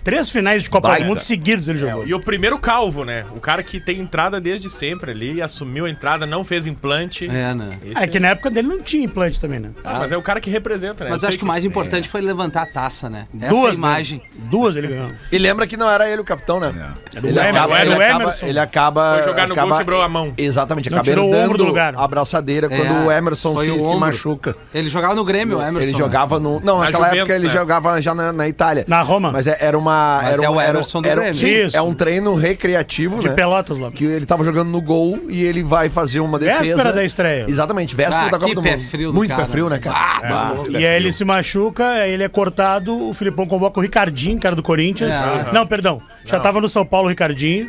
[SPEAKER 8] Três finais de Copa
[SPEAKER 2] Baita.
[SPEAKER 8] do Mundo seguidos ele jogou.
[SPEAKER 6] E o primeiro calvo, né? O cara que tem entrada desde sempre ali, assumiu a entrada, não fez implante.
[SPEAKER 5] É, né?
[SPEAKER 6] Esse-
[SPEAKER 8] Ah, É que na época dele não tinha implante também, né?
[SPEAKER 6] Ah, mas é o cara que representa, né?
[SPEAKER 5] Mas eu
[SPEAKER 6] eu
[SPEAKER 5] acho que o mais importante foi levantar a taça, né? Essa
[SPEAKER 8] Duas,
[SPEAKER 5] imagem.
[SPEAKER 8] né? Duas ele ganhou.
[SPEAKER 7] E lembra que não era ele o capitão, né? Ele,
[SPEAKER 8] Emerson,
[SPEAKER 7] acaba,
[SPEAKER 8] era
[SPEAKER 7] ele,
[SPEAKER 8] o
[SPEAKER 7] acaba,
[SPEAKER 8] Emerson.
[SPEAKER 7] ele acaba.
[SPEAKER 6] É. Foi jogar no gol,
[SPEAKER 7] acaba,
[SPEAKER 6] quebrou a mão.
[SPEAKER 7] Exatamente,
[SPEAKER 8] Não,
[SPEAKER 7] acaba
[SPEAKER 8] tirou o ombro
[SPEAKER 7] herdando
[SPEAKER 8] do lugar.
[SPEAKER 7] a abraçadeira
[SPEAKER 5] É,
[SPEAKER 7] quando o Emerson
[SPEAKER 5] foi
[SPEAKER 7] se,
[SPEAKER 5] o
[SPEAKER 7] se
[SPEAKER 5] ombro.
[SPEAKER 7] machuca.
[SPEAKER 5] Ele jogava no Grêmio, o Emerson.
[SPEAKER 7] Ele
[SPEAKER 5] né?
[SPEAKER 7] jogava no. Não,
[SPEAKER 6] Na
[SPEAKER 7] naquela época
[SPEAKER 6] Juventus,
[SPEAKER 7] ele
[SPEAKER 6] né?
[SPEAKER 7] jogava já na, na Itália.
[SPEAKER 8] Na Roma.
[SPEAKER 7] Mas é- era uma.
[SPEAKER 5] Mas
[SPEAKER 7] era
[SPEAKER 5] é
[SPEAKER 7] um-
[SPEAKER 5] o
[SPEAKER 7] era-
[SPEAKER 5] Emerson do
[SPEAKER 7] era um-
[SPEAKER 5] Grêmio.
[SPEAKER 7] sim,
[SPEAKER 8] Isso.
[SPEAKER 7] é um treino recreativo,
[SPEAKER 8] De
[SPEAKER 7] né?
[SPEAKER 8] Pelotas lá.
[SPEAKER 7] Que ele tava jogando no gol e ele vai fazer uma defesa.
[SPEAKER 8] Véspera da estreia.
[SPEAKER 7] Exatamente, véspera
[SPEAKER 5] Ah,
[SPEAKER 7] da Copa
[SPEAKER 5] que
[SPEAKER 7] do
[SPEAKER 5] pé
[SPEAKER 7] Mundo.
[SPEAKER 5] frio do
[SPEAKER 7] Muito
[SPEAKER 5] cara.
[SPEAKER 7] pé frio, né, cara?
[SPEAKER 5] Ah,
[SPEAKER 7] Bah.
[SPEAKER 8] E é aí ele se machuca, aí ele é cortado, o Filipão convoca o Ricardinho, cara do Corinthians.
[SPEAKER 5] É.
[SPEAKER 8] Não, perdão. Já tava no São Paulo o Ricardinho.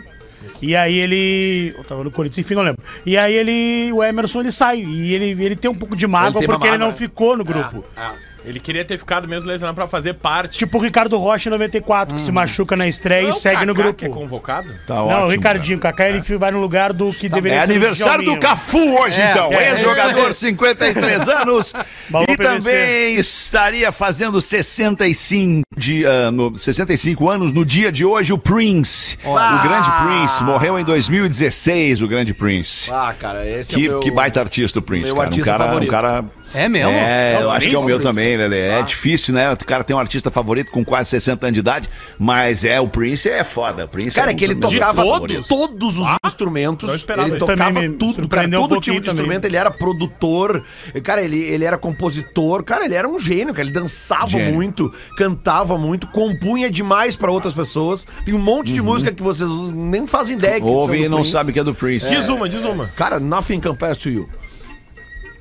[SPEAKER 8] E aí ele. Eu tava no Corinthians, enfim, não lembro. E aí ele. O Emerson ele sai. E ele, ele tem um pouco de mágoa
[SPEAKER 7] Ele tem
[SPEAKER 8] porque
[SPEAKER 7] uma
[SPEAKER 8] ele não
[SPEAKER 7] mágoa, né?
[SPEAKER 8] ficou no grupo.
[SPEAKER 6] Ele queria ter ficado mesmo lesionado pra fazer parte.
[SPEAKER 8] Tipo o Ricardo Rocha em 94, que se machuca na estreia
[SPEAKER 6] Não
[SPEAKER 8] e
[SPEAKER 6] é o
[SPEAKER 8] segue no
[SPEAKER 6] Kaká
[SPEAKER 8] grupo.
[SPEAKER 6] que é convocado?
[SPEAKER 2] Tá
[SPEAKER 8] não,
[SPEAKER 2] ótimo,
[SPEAKER 8] o Ricardinho, o Kaká, ele vai no lugar do que
[SPEAKER 2] cara.
[SPEAKER 8] deveria
[SPEAKER 2] É
[SPEAKER 8] ser o
[SPEAKER 2] aniversário do
[SPEAKER 8] Djalminha.
[SPEAKER 2] Cafu hoje,
[SPEAKER 5] É,
[SPEAKER 2] então.
[SPEAKER 5] é,
[SPEAKER 2] Ex-jogador, 53 anos.
[SPEAKER 8] Baú
[SPEAKER 2] e
[SPEAKER 8] PVC.
[SPEAKER 2] também estaria fazendo 65, de, ah, no- 65 anos no dia de hoje, o Prince. O grande Prince. Morreu em 2016, o grande Prince.
[SPEAKER 7] Ah, cara, esse
[SPEAKER 2] Que,
[SPEAKER 7] é o meu...
[SPEAKER 2] que baita artista o Prince,
[SPEAKER 7] meu
[SPEAKER 2] cara. Um
[SPEAKER 7] artista
[SPEAKER 2] cara, um
[SPEAKER 7] favorito.
[SPEAKER 2] cara.
[SPEAKER 5] É mesmo?
[SPEAKER 2] É, eu
[SPEAKER 6] o
[SPEAKER 2] acho que é o
[SPEAKER 6] Prince,
[SPEAKER 2] meu também, Lele.
[SPEAKER 7] Ah.
[SPEAKER 2] É difícil, né? O cara tem um artista favorito com quase 60 anos de idade, mas é, o Prince é foda. O Prince
[SPEAKER 7] Cara,
[SPEAKER 2] é
[SPEAKER 7] que ele
[SPEAKER 2] um dos meus
[SPEAKER 7] tocava
[SPEAKER 2] favoritos.
[SPEAKER 7] todos, os
[SPEAKER 8] Ah,
[SPEAKER 7] instrumentos.
[SPEAKER 6] não esperava
[SPEAKER 7] Ele
[SPEAKER 6] isso.
[SPEAKER 7] tocava
[SPEAKER 8] Também me
[SPEAKER 7] tudo, cara.
[SPEAKER 8] surpreendeu um
[SPEAKER 7] Todo
[SPEAKER 8] pouquinho
[SPEAKER 7] tipo de
[SPEAKER 8] também.
[SPEAKER 7] instrumento. Ele era produtor. Cara, ele, ele era compositor. Cara, ele era um gênio, cara. Ele dançava
[SPEAKER 2] Gênio.
[SPEAKER 7] muito, cantava muito, compunha demais pra outras pessoas. Tem um monte de música que vocês nem fazem ideia que são
[SPEAKER 2] Uhum. Ouve
[SPEAKER 7] do
[SPEAKER 2] e não
[SPEAKER 7] Prince.
[SPEAKER 2] sabe que é do Prince.
[SPEAKER 6] Diz uma, diz uma.
[SPEAKER 7] Cara, nothing compares to you.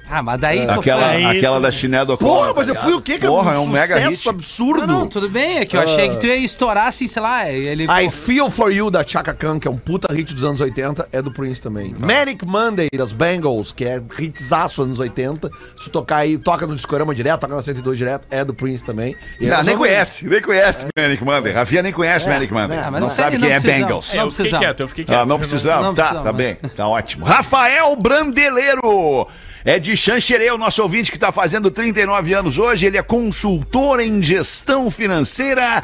[SPEAKER 5] Ah, mas daí tu
[SPEAKER 2] Aquela,
[SPEAKER 5] foi-
[SPEAKER 8] Aí,
[SPEAKER 2] aquela
[SPEAKER 8] tu-
[SPEAKER 2] da chiné do
[SPEAKER 7] Porra,
[SPEAKER 2] Collor,
[SPEAKER 7] mas
[SPEAKER 2] tá
[SPEAKER 7] eu fui o quê, cara?
[SPEAKER 2] Porra,
[SPEAKER 7] um
[SPEAKER 2] é um mega
[SPEAKER 7] sucesso
[SPEAKER 2] hit.
[SPEAKER 7] absurdo.
[SPEAKER 5] Não, não, tudo bem, é que eu
[SPEAKER 7] Ah.
[SPEAKER 5] achei que tu ia estourar assim, sei lá, ele...
[SPEAKER 7] I Feel For You, da Chaka Khan, que é um puta hit dos anos 80, é do Prince também.
[SPEAKER 2] Tá.
[SPEAKER 7] Manic Monday, das Bangles, que é hitzaço anos 80. Se tocar aí, toca no discorama direto, toca na 102 direto, é do Prince também. E um-
[SPEAKER 2] Não,
[SPEAKER 7] nós
[SPEAKER 2] nem
[SPEAKER 7] vamos-
[SPEAKER 2] conhece, nem conhece Manic Monday. Rafinha nem conhece Manic Monday.
[SPEAKER 5] Ah,
[SPEAKER 2] Não,
[SPEAKER 5] mas isso aí
[SPEAKER 2] sabe quem é
[SPEAKER 5] precisamos.
[SPEAKER 2] Bengals.
[SPEAKER 5] Não
[SPEAKER 6] eu fiquei
[SPEAKER 5] precisamos.
[SPEAKER 6] quieto, eu fiquei quieto.
[SPEAKER 2] Ah, não precisamos.
[SPEAKER 5] Não
[SPEAKER 2] tá,
[SPEAKER 5] precisamos,
[SPEAKER 2] tá
[SPEAKER 5] né?
[SPEAKER 2] bem. Tá ótimo. Rafael Brandeleiro. É de Xanxerê, o nosso ouvinte que está fazendo 39 anos hoje. Ele é consultor em gestão financeira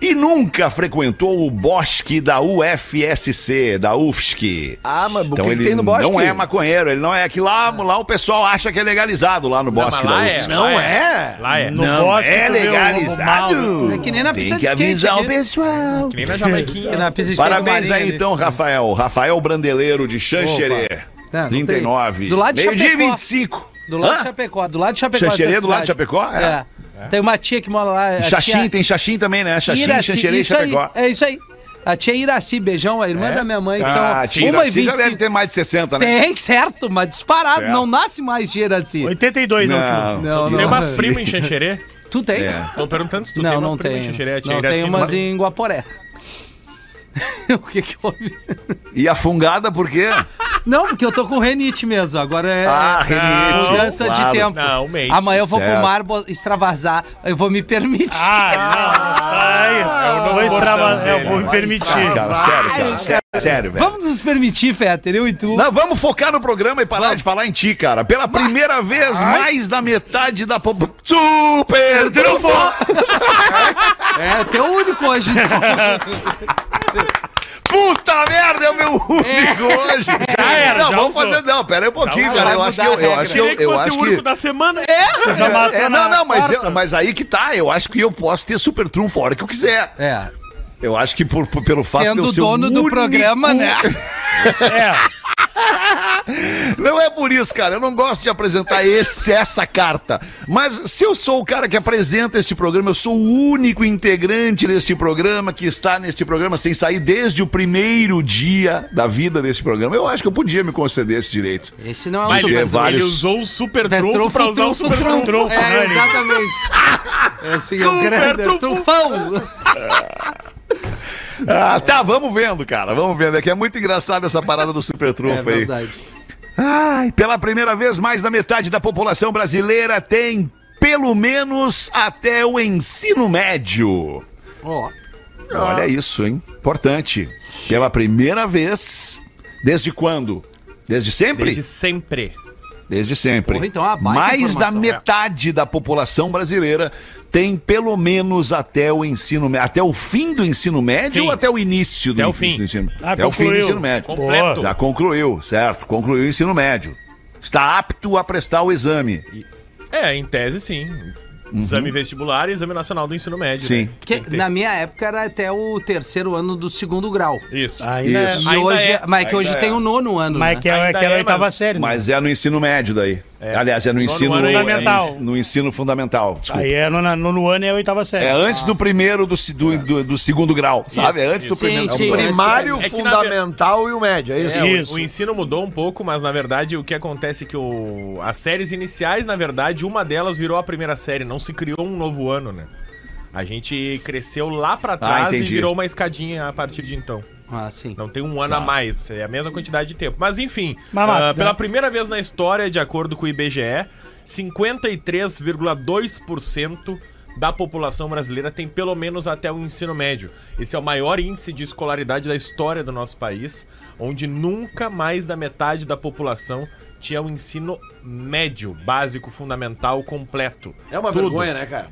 [SPEAKER 2] e nunca frequentou o bosque da UFSC, da UFSC.
[SPEAKER 7] Ah, mas o
[SPEAKER 2] então
[SPEAKER 7] que que
[SPEAKER 2] ele
[SPEAKER 7] tem no bosque?
[SPEAKER 2] não é
[SPEAKER 5] um.
[SPEAKER 2] maconheiro, ele não é. Que lá, lá o pessoal acha que é legalizado lá no bosque
[SPEAKER 6] lá
[SPEAKER 2] da
[SPEAKER 6] é,
[SPEAKER 2] UFSC.
[SPEAKER 6] lá
[SPEAKER 7] Não é?
[SPEAKER 6] Lá é.
[SPEAKER 8] No
[SPEAKER 2] Não,
[SPEAKER 8] bosque,
[SPEAKER 2] é
[SPEAKER 8] tu vê o
[SPEAKER 2] legalizado.
[SPEAKER 8] mal.
[SPEAKER 5] É que nem na pista
[SPEAKER 2] Tem
[SPEAKER 5] de
[SPEAKER 2] que
[SPEAKER 5] skate
[SPEAKER 2] avisar
[SPEAKER 5] aqui.
[SPEAKER 2] o pessoal.
[SPEAKER 6] Que nem na Jamaiquinha. né?
[SPEAKER 5] Na pista de skate do
[SPEAKER 2] Parabéns
[SPEAKER 5] Marinho
[SPEAKER 2] aí
[SPEAKER 5] ali.
[SPEAKER 2] então, Rafael. Rafael Brandeleiro de Xanxerê.
[SPEAKER 5] É, Não, não
[SPEAKER 2] 39.
[SPEAKER 5] tem. Do lado de
[SPEAKER 2] Meio dia
[SPEAKER 5] Chapecó.
[SPEAKER 2] 25.
[SPEAKER 5] Do lado
[SPEAKER 2] Hã?
[SPEAKER 5] de Chapecó, do lado de Chapecó.
[SPEAKER 2] Xanxerê
[SPEAKER 5] essa
[SPEAKER 2] do lado de
[SPEAKER 5] cidade.
[SPEAKER 2] Chapecó? É.
[SPEAKER 5] É. Tem uma tia que mora lá. a
[SPEAKER 2] Xaxim,
[SPEAKER 5] tia
[SPEAKER 2] tem Xaxim também, né? Xaxim,
[SPEAKER 5] Iraci,
[SPEAKER 2] Xanxerê e
[SPEAKER 5] isso aí,
[SPEAKER 2] Chapecó.
[SPEAKER 5] É isso aí. A tia Iraci, beijão, a irmã da minha mãe.
[SPEAKER 2] Ah,
[SPEAKER 5] são
[SPEAKER 2] tia
[SPEAKER 5] uma e
[SPEAKER 2] Iraci já deve
[SPEAKER 5] 25.
[SPEAKER 2] ter mais de 60, né?
[SPEAKER 5] Tem, certo, mas disparado.
[SPEAKER 2] Certo.
[SPEAKER 5] Não nasce mais tia Iraci.
[SPEAKER 8] 82 no último.
[SPEAKER 5] Não,
[SPEAKER 6] Tem
[SPEAKER 5] não.
[SPEAKER 6] umas primas em Xanxerê?
[SPEAKER 5] Tu tem?
[SPEAKER 2] É.
[SPEAKER 6] Estão perguntando se tu tem
[SPEAKER 5] Não,
[SPEAKER 6] umas
[SPEAKER 5] não
[SPEAKER 6] primas
[SPEAKER 5] tem.
[SPEAKER 6] em Xanxerê.
[SPEAKER 5] Não,
[SPEAKER 6] Iraci,
[SPEAKER 5] tem umas
[SPEAKER 6] mas-
[SPEAKER 5] em Guaporé. o que que houve?
[SPEAKER 2] E a fungada por quê?
[SPEAKER 5] Não, porque eu tô com renite mesmo. Agora é
[SPEAKER 2] Ah,
[SPEAKER 5] é
[SPEAKER 2] renite.
[SPEAKER 5] mudança de
[SPEAKER 2] claro.
[SPEAKER 5] tempo.
[SPEAKER 6] Não, mente,
[SPEAKER 5] Amanhã eu vou
[SPEAKER 2] certo.
[SPEAKER 5] pro mar bo- extravasar. Eu vou me permitir.
[SPEAKER 6] Ah,
[SPEAKER 8] Ah, não. Aí, eu vou extravasar. Eu vou me
[SPEAKER 2] Ah,
[SPEAKER 8] permitir.
[SPEAKER 2] cara, sério, cara. Sério, sério, velho.
[SPEAKER 5] Vamos nos permitir, Fetter, eu e tu.
[SPEAKER 2] Não, vamos focar no programa e parar de falar em ti, cara. Pela primeira vez, mais da metade da... pop- Super Trufo!
[SPEAKER 5] É, teu único hoje. então.
[SPEAKER 2] Puta merda, é o meu único hoje.
[SPEAKER 8] era,
[SPEAKER 2] não,
[SPEAKER 8] já
[SPEAKER 2] vamos
[SPEAKER 8] usou.
[SPEAKER 2] fazer. Não, pera aí um pouquinho,
[SPEAKER 5] usou.
[SPEAKER 2] cara. Eu
[SPEAKER 5] Vai
[SPEAKER 2] acho que eu,
[SPEAKER 5] mudar a
[SPEAKER 2] eu
[SPEAKER 5] regra.
[SPEAKER 2] acho que eu,
[SPEAKER 6] Queria que
[SPEAKER 2] eu
[SPEAKER 6] fosse
[SPEAKER 2] acho
[SPEAKER 6] o único
[SPEAKER 2] que.
[SPEAKER 6] da semana.
[SPEAKER 8] Já matou
[SPEAKER 2] É,
[SPEAKER 8] na
[SPEAKER 2] não, não, mas,
[SPEAKER 8] quarta.
[SPEAKER 2] eu- mas aí que tá. Eu acho que eu posso ter super trunfo a hora que eu quiser.
[SPEAKER 5] É.
[SPEAKER 2] Eu acho que por, por- pelo fato de
[SPEAKER 5] Sendo
[SPEAKER 2] eu ser
[SPEAKER 5] dono
[SPEAKER 2] o
[SPEAKER 5] do
[SPEAKER 2] único-
[SPEAKER 5] programa, né?
[SPEAKER 8] É,
[SPEAKER 2] Não é por isso, cara. Eu não gosto de apresentar esse, essa carta. Mas se eu sou o cara que apresenta este programa, eu sou o único integrante deste programa que está neste programa sem sair desde o primeiro dia da vida desse programa. Eu acho que eu podia me conceder esse direito.
[SPEAKER 5] Esse não é um
[SPEAKER 6] Mas ele,
[SPEAKER 2] é
[SPEAKER 5] super
[SPEAKER 2] vai- vários.
[SPEAKER 6] ele usou o super
[SPEAKER 5] É
[SPEAKER 6] trunfo pra usar o
[SPEAKER 5] trunfo,
[SPEAKER 6] super trunfo.
[SPEAKER 8] trunfo, né,
[SPEAKER 5] É,
[SPEAKER 8] Nico?
[SPEAKER 5] exatamente. Esse é o
[SPEAKER 6] Super
[SPEAKER 5] grande é
[SPEAKER 6] trunfo.
[SPEAKER 5] trunfão.
[SPEAKER 2] Ah, tá, vamos vendo, cara. Vamos vendo. É que é muito engraçado essa parada do super
[SPEAKER 5] É
[SPEAKER 2] trunfo aí.
[SPEAKER 5] verdade.
[SPEAKER 2] Ai, pela primeira vez, mais da metade da população brasileira tem pelo menos até o ensino médio.
[SPEAKER 5] Ó,
[SPEAKER 2] Olha isso, hein? Importante. Pela primeira vez, desde quando? Desde sempre?
[SPEAKER 6] Desde
[SPEAKER 2] Desde, sempre.
[SPEAKER 6] sempre.
[SPEAKER 5] Porra, então é uma baita
[SPEAKER 2] mais da
[SPEAKER 5] informação, né?
[SPEAKER 2] metade da população brasileira tem pelo menos até o ensino médio, até o fim do ensino médio
[SPEAKER 6] Fim.
[SPEAKER 2] ou até o início do,
[SPEAKER 6] Até o
[SPEAKER 2] do
[SPEAKER 6] fim.
[SPEAKER 2] ensino médio?
[SPEAKER 8] Ah,
[SPEAKER 2] até É o fim do
[SPEAKER 8] concluiu.
[SPEAKER 2] ensino médio.
[SPEAKER 6] Completo.
[SPEAKER 2] Já concluiu, certo? Concluiu o ensino médio. Está apto a prestar o exame.
[SPEAKER 6] É, em tese sim. Exame vestibular e exame nacional do ensino médio.
[SPEAKER 2] Sim.
[SPEAKER 6] né?
[SPEAKER 5] que
[SPEAKER 6] Tem que ter.
[SPEAKER 5] na minha época era até o terceiro ano do segundo grau.
[SPEAKER 6] Isso.
[SPEAKER 8] ainda
[SPEAKER 2] Isso.
[SPEAKER 5] E
[SPEAKER 6] Ainda
[SPEAKER 5] hoje,
[SPEAKER 6] é,
[SPEAKER 5] mas que
[SPEAKER 2] ainda
[SPEAKER 5] hoje
[SPEAKER 2] é.
[SPEAKER 5] tem o nono ano,
[SPEAKER 8] mas
[SPEAKER 5] né?
[SPEAKER 8] que é
[SPEAKER 6] Ainda
[SPEAKER 8] aquela
[SPEAKER 6] é,
[SPEAKER 8] oitava
[SPEAKER 6] mas-
[SPEAKER 8] série. né?
[SPEAKER 2] Mas é no ensino médio daí. Aliás, é no ensino
[SPEAKER 6] ano
[SPEAKER 2] é no-
[SPEAKER 8] fundamental.
[SPEAKER 2] No ensino fundamental. Desculpa.
[SPEAKER 8] Aí é nona- nono ano é a oitava série.
[SPEAKER 2] É antes do primeiro do, se- do, do, do segundo grau, sabe? É antes do
[SPEAKER 5] Sim,
[SPEAKER 2] primeiro.
[SPEAKER 5] sim.
[SPEAKER 2] grau.
[SPEAKER 7] um Primário,
[SPEAKER 6] É que na
[SPEAKER 7] fundamental e o médio, é isso?
[SPEAKER 6] É, o-
[SPEAKER 8] Isso.
[SPEAKER 6] O, ensino mudou um pouco, mas na verdade o que acontece é que o, as séries iniciais, na verdade, uma delas virou a primeira série, não se criou um novo ano, né? A gente cresceu lá pra trás e
[SPEAKER 2] entendi.
[SPEAKER 6] virou uma escadinha a partir de então.
[SPEAKER 5] Ah, sim.
[SPEAKER 6] Não tem um ano a mais, é a mesma quantidade de tempo. Mas enfim,
[SPEAKER 8] Mas,
[SPEAKER 6] ah,
[SPEAKER 8] mas,
[SPEAKER 6] pela
[SPEAKER 8] né?
[SPEAKER 6] primeira vez na história, de acordo com o IBGE, 53,2% da população brasileira tem pelo menos até o ensino médio. Esse é o maior índice de escolaridade da história do nosso país, onde nunca mais da metade da população tinha o ensino médio, básico, fundamental, completo.
[SPEAKER 7] É uma
[SPEAKER 6] Tudo.
[SPEAKER 7] vergonha, né, cara?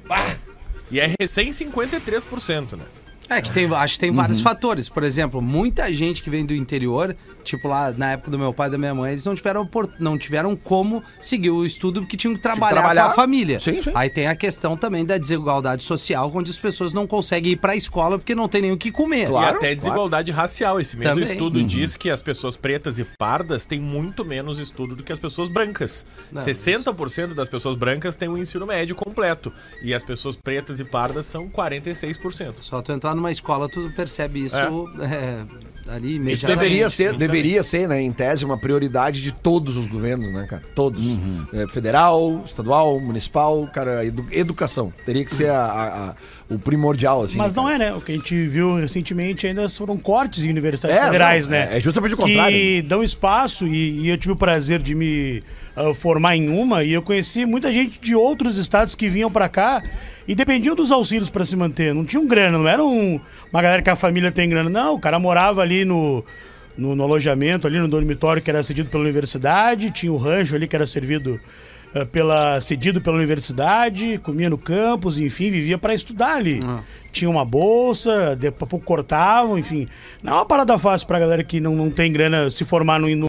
[SPEAKER 6] E é recém 53%, né?
[SPEAKER 5] É que tem, acho que tem vários
[SPEAKER 7] Uhum.
[SPEAKER 5] fatores. Por exemplo, muita gente que vem do interior, tipo lá na época do meu pai e da minha mãe, eles não tiveram, opor- não tiveram como seguir o estudo porque tinham que trabalhar,
[SPEAKER 7] trabalhar.
[SPEAKER 5] com a família.
[SPEAKER 7] Sim, sim.
[SPEAKER 5] Aí tem a questão também da desigualdade social, onde as pessoas não conseguem ir pra escola porque não tem nem o que comer.
[SPEAKER 7] Claro,
[SPEAKER 6] e até desigualdade racial. Esse mesmo
[SPEAKER 5] Também.
[SPEAKER 6] estudo diz que as pessoas pretas e pardas têm muito menos estudo do que as pessoas brancas. 60% das pessoas brancas têm o ensino médio completo. E as pessoas pretas e pardas são 46%.
[SPEAKER 5] Só tu entrar numa escola, tu percebe isso. é, ali
[SPEAKER 7] Isso
[SPEAKER 5] imediatamente. né?
[SPEAKER 7] deveria ser, deveria ser, né, em tese, uma prioridade de todos os governos, né, cara? Todos. É, federal, estadual, municipal, cara, edu- educação. Teria que ser a- a- a- o primordial, assim.
[SPEAKER 8] Mas
[SPEAKER 7] né,
[SPEAKER 8] não
[SPEAKER 7] cara?
[SPEAKER 8] é, né? O que a gente viu recentemente ainda foram cortes em universidades
[SPEAKER 7] É,
[SPEAKER 8] federais,
[SPEAKER 7] não,
[SPEAKER 8] né?
[SPEAKER 7] é, é justamente o
[SPEAKER 8] Que
[SPEAKER 7] contrário.
[SPEAKER 8] dão espaço e, e eu tive o prazer de me ah, formar em uma e eu conheci muita gente de outros estados que vinham pra cá e dependiam dos auxílios pra se manter. Não tinham grana, não era um- uma galera que a família tem grana. Não, o cara morava ali no... No, no alojamento ali, no dormitório que era cedido pela universidade, tinha o rancho ali que era servido eh, pela cedido pela universidade, comia no campus, enfim, vivia para estudar ali.
[SPEAKER 5] Ah.
[SPEAKER 8] Tinha uma bolsa, de a pouco cortavam, enfim. Não é uma parada fácil pra galera que não, não tem grana se formar no, no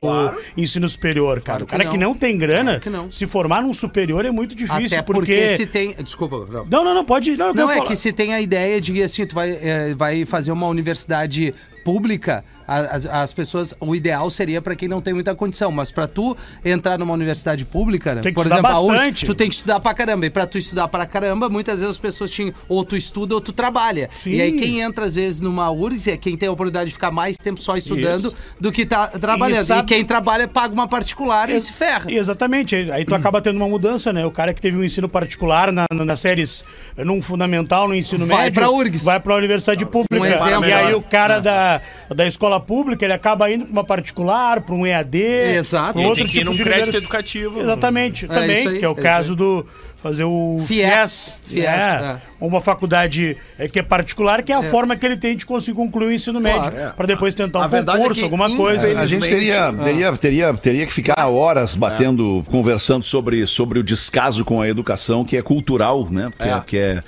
[SPEAKER 8] ensino superior,
[SPEAKER 5] Claro
[SPEAKER 8] cara. o cara
[SPEAKER 5] que
[SPEAKER 8] que
[SPEAKER 5] não.
[SPEAKER 8] não tem grana,
[SPEAKER 5] Claro que não.
[SPEAKER 8] se formar num superior é muito difícil,
[SPEAKER 5] Até porque...
[SPEAKER 8] porque...
[SPEAKER 5] se tem... Desculpa, não.
[SPEAKER 8] Não, não, não, pode... Não, eu
[SPEAKER 5] Não,
[SPEAKER 8] quero
[SPEAKER 5] é
[SPEAKER 8] falar.
[SPEAKER 5] que se tem a ideia de que assim, tu vai, eh, vai fazer uma universidade pública, a- as, as pessoas. O ideal seria pra quem não tem muita condição. Mas pra tu entrar numa universidade pública, né,
[SPEAKER 8] Tem que
[SPEAKER 5] por
[SPEAKER 8] estudar
[SPEAKER 5] exemplo, a URSS,
[SPEAKER 8] bastante.
[SPEAKER 5] tu tem que estudar pra caramba. E pra tu estudar pra caramba, muitas vezes as pessoas tinham ou tu estuda ou tu trabalha.
[SPEAKER 8] Sim.
[SPEAKER 5] E aí quem entra, às vezes, numa URSS é quem tem a oportunidade de ficar mais tempo só estudando do que tá trabalhando. E,
[SPEAKER 8] sabe-
[SPEAKER 5] quem trabalha paga uma particular e se ferra.
[SPEAKER 8] E Exatamente. Aí aí tu acaba tendo uma mudança, né? O cara que teve um ensino particular na, na- nas séries, num fundamental, no ensino
[SPEAKER 5] Vai
[SPEAKER 8] médio.
[SPEAKER 5] pra URGS.
[SPEAKER 8] Vai pra universidade pública.
[SPEAKER 5] um exemplo.
[SPEAKER 8] e aí o cara da, da escola pública, ele acaba indo pra uma particular, pra um EAD.
[SPEAKER 5] Exato. Ele
[SPEAKER 8] pra
[SPEAKER 6] Ele
[SPEAKER 8] outro
[SPEAKER 6] tem que ir
[SPEAKER 8] tipo
[SPEAKER 6] num
[SPEAKER 8] de
[SPEAKER 6] crédito
[SPEAKER 8] univers-
[SPEAKER 6] educativo.
[SPEAKER 8] Exatamente,
[SPEAKER 5] É
[SPEAKER 8] também,
[SPEAKER 5] isso aí,
[SPEAKER 8] que é
[SPEAKER 5] é
[SPEAKER 8] o
[SPEAKER 5] isso
[SPEAKER 8] caso do fazer o
[SPEAKER 5] FIES.
[SPEAKER 8] FIES,
[SPEAKER 5] FIES, é.
[SPEAKER 8] né? uma faculdade é, que é particular, que é a forma que ele tem de conseguir concluir o ensino
[SPEAKER 5] Claro.
[SPEAKER 8] médio, pra depois tentar
[SPEAKER 7] A
[SPEAKER 8] um
[SPEAKER 7] verdade é
[SPEAKER 8] concurso,
[SPEAKER 7] que,
[SPEAKER 8] alguma coisa.
[SPEAKER 2] A gente teria, teria, teria, teria que ficar horas batendo, conversando sobre, sobre o descaso com a educação, que é cultural, né? Porque é. que é,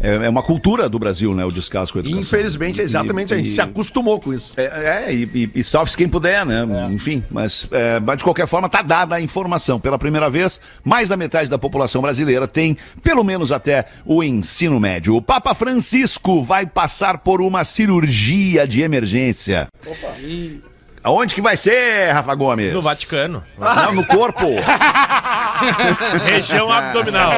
[SPEAKER 2] é, é uma cultura do Brasil, né? O descaso com a educação.
[SPEAKER 7] Infelizmente, é exatamente, a gente
[SPEAKER 2] E-
[SPEAKER 7] se acostumou com isso.
[SPEAKER 2] É, é, e, e- e salve-se quem puder, né? Enfim, mas, é, mas de qualquer forma tá dada a informação. Pela primeira vez, mais da metade da população brasileira tem, pelo menos até, o ensino médio. O Papa Francisco vai passar por uma cirurgia de emergência. Opa. Aonde que vai ser, Rafa Gomes?
[SPEAKER 6] No Vaticano.
[SPEAKER 2] Não, no corpo.
[SPEAKER 6] Região abdominal.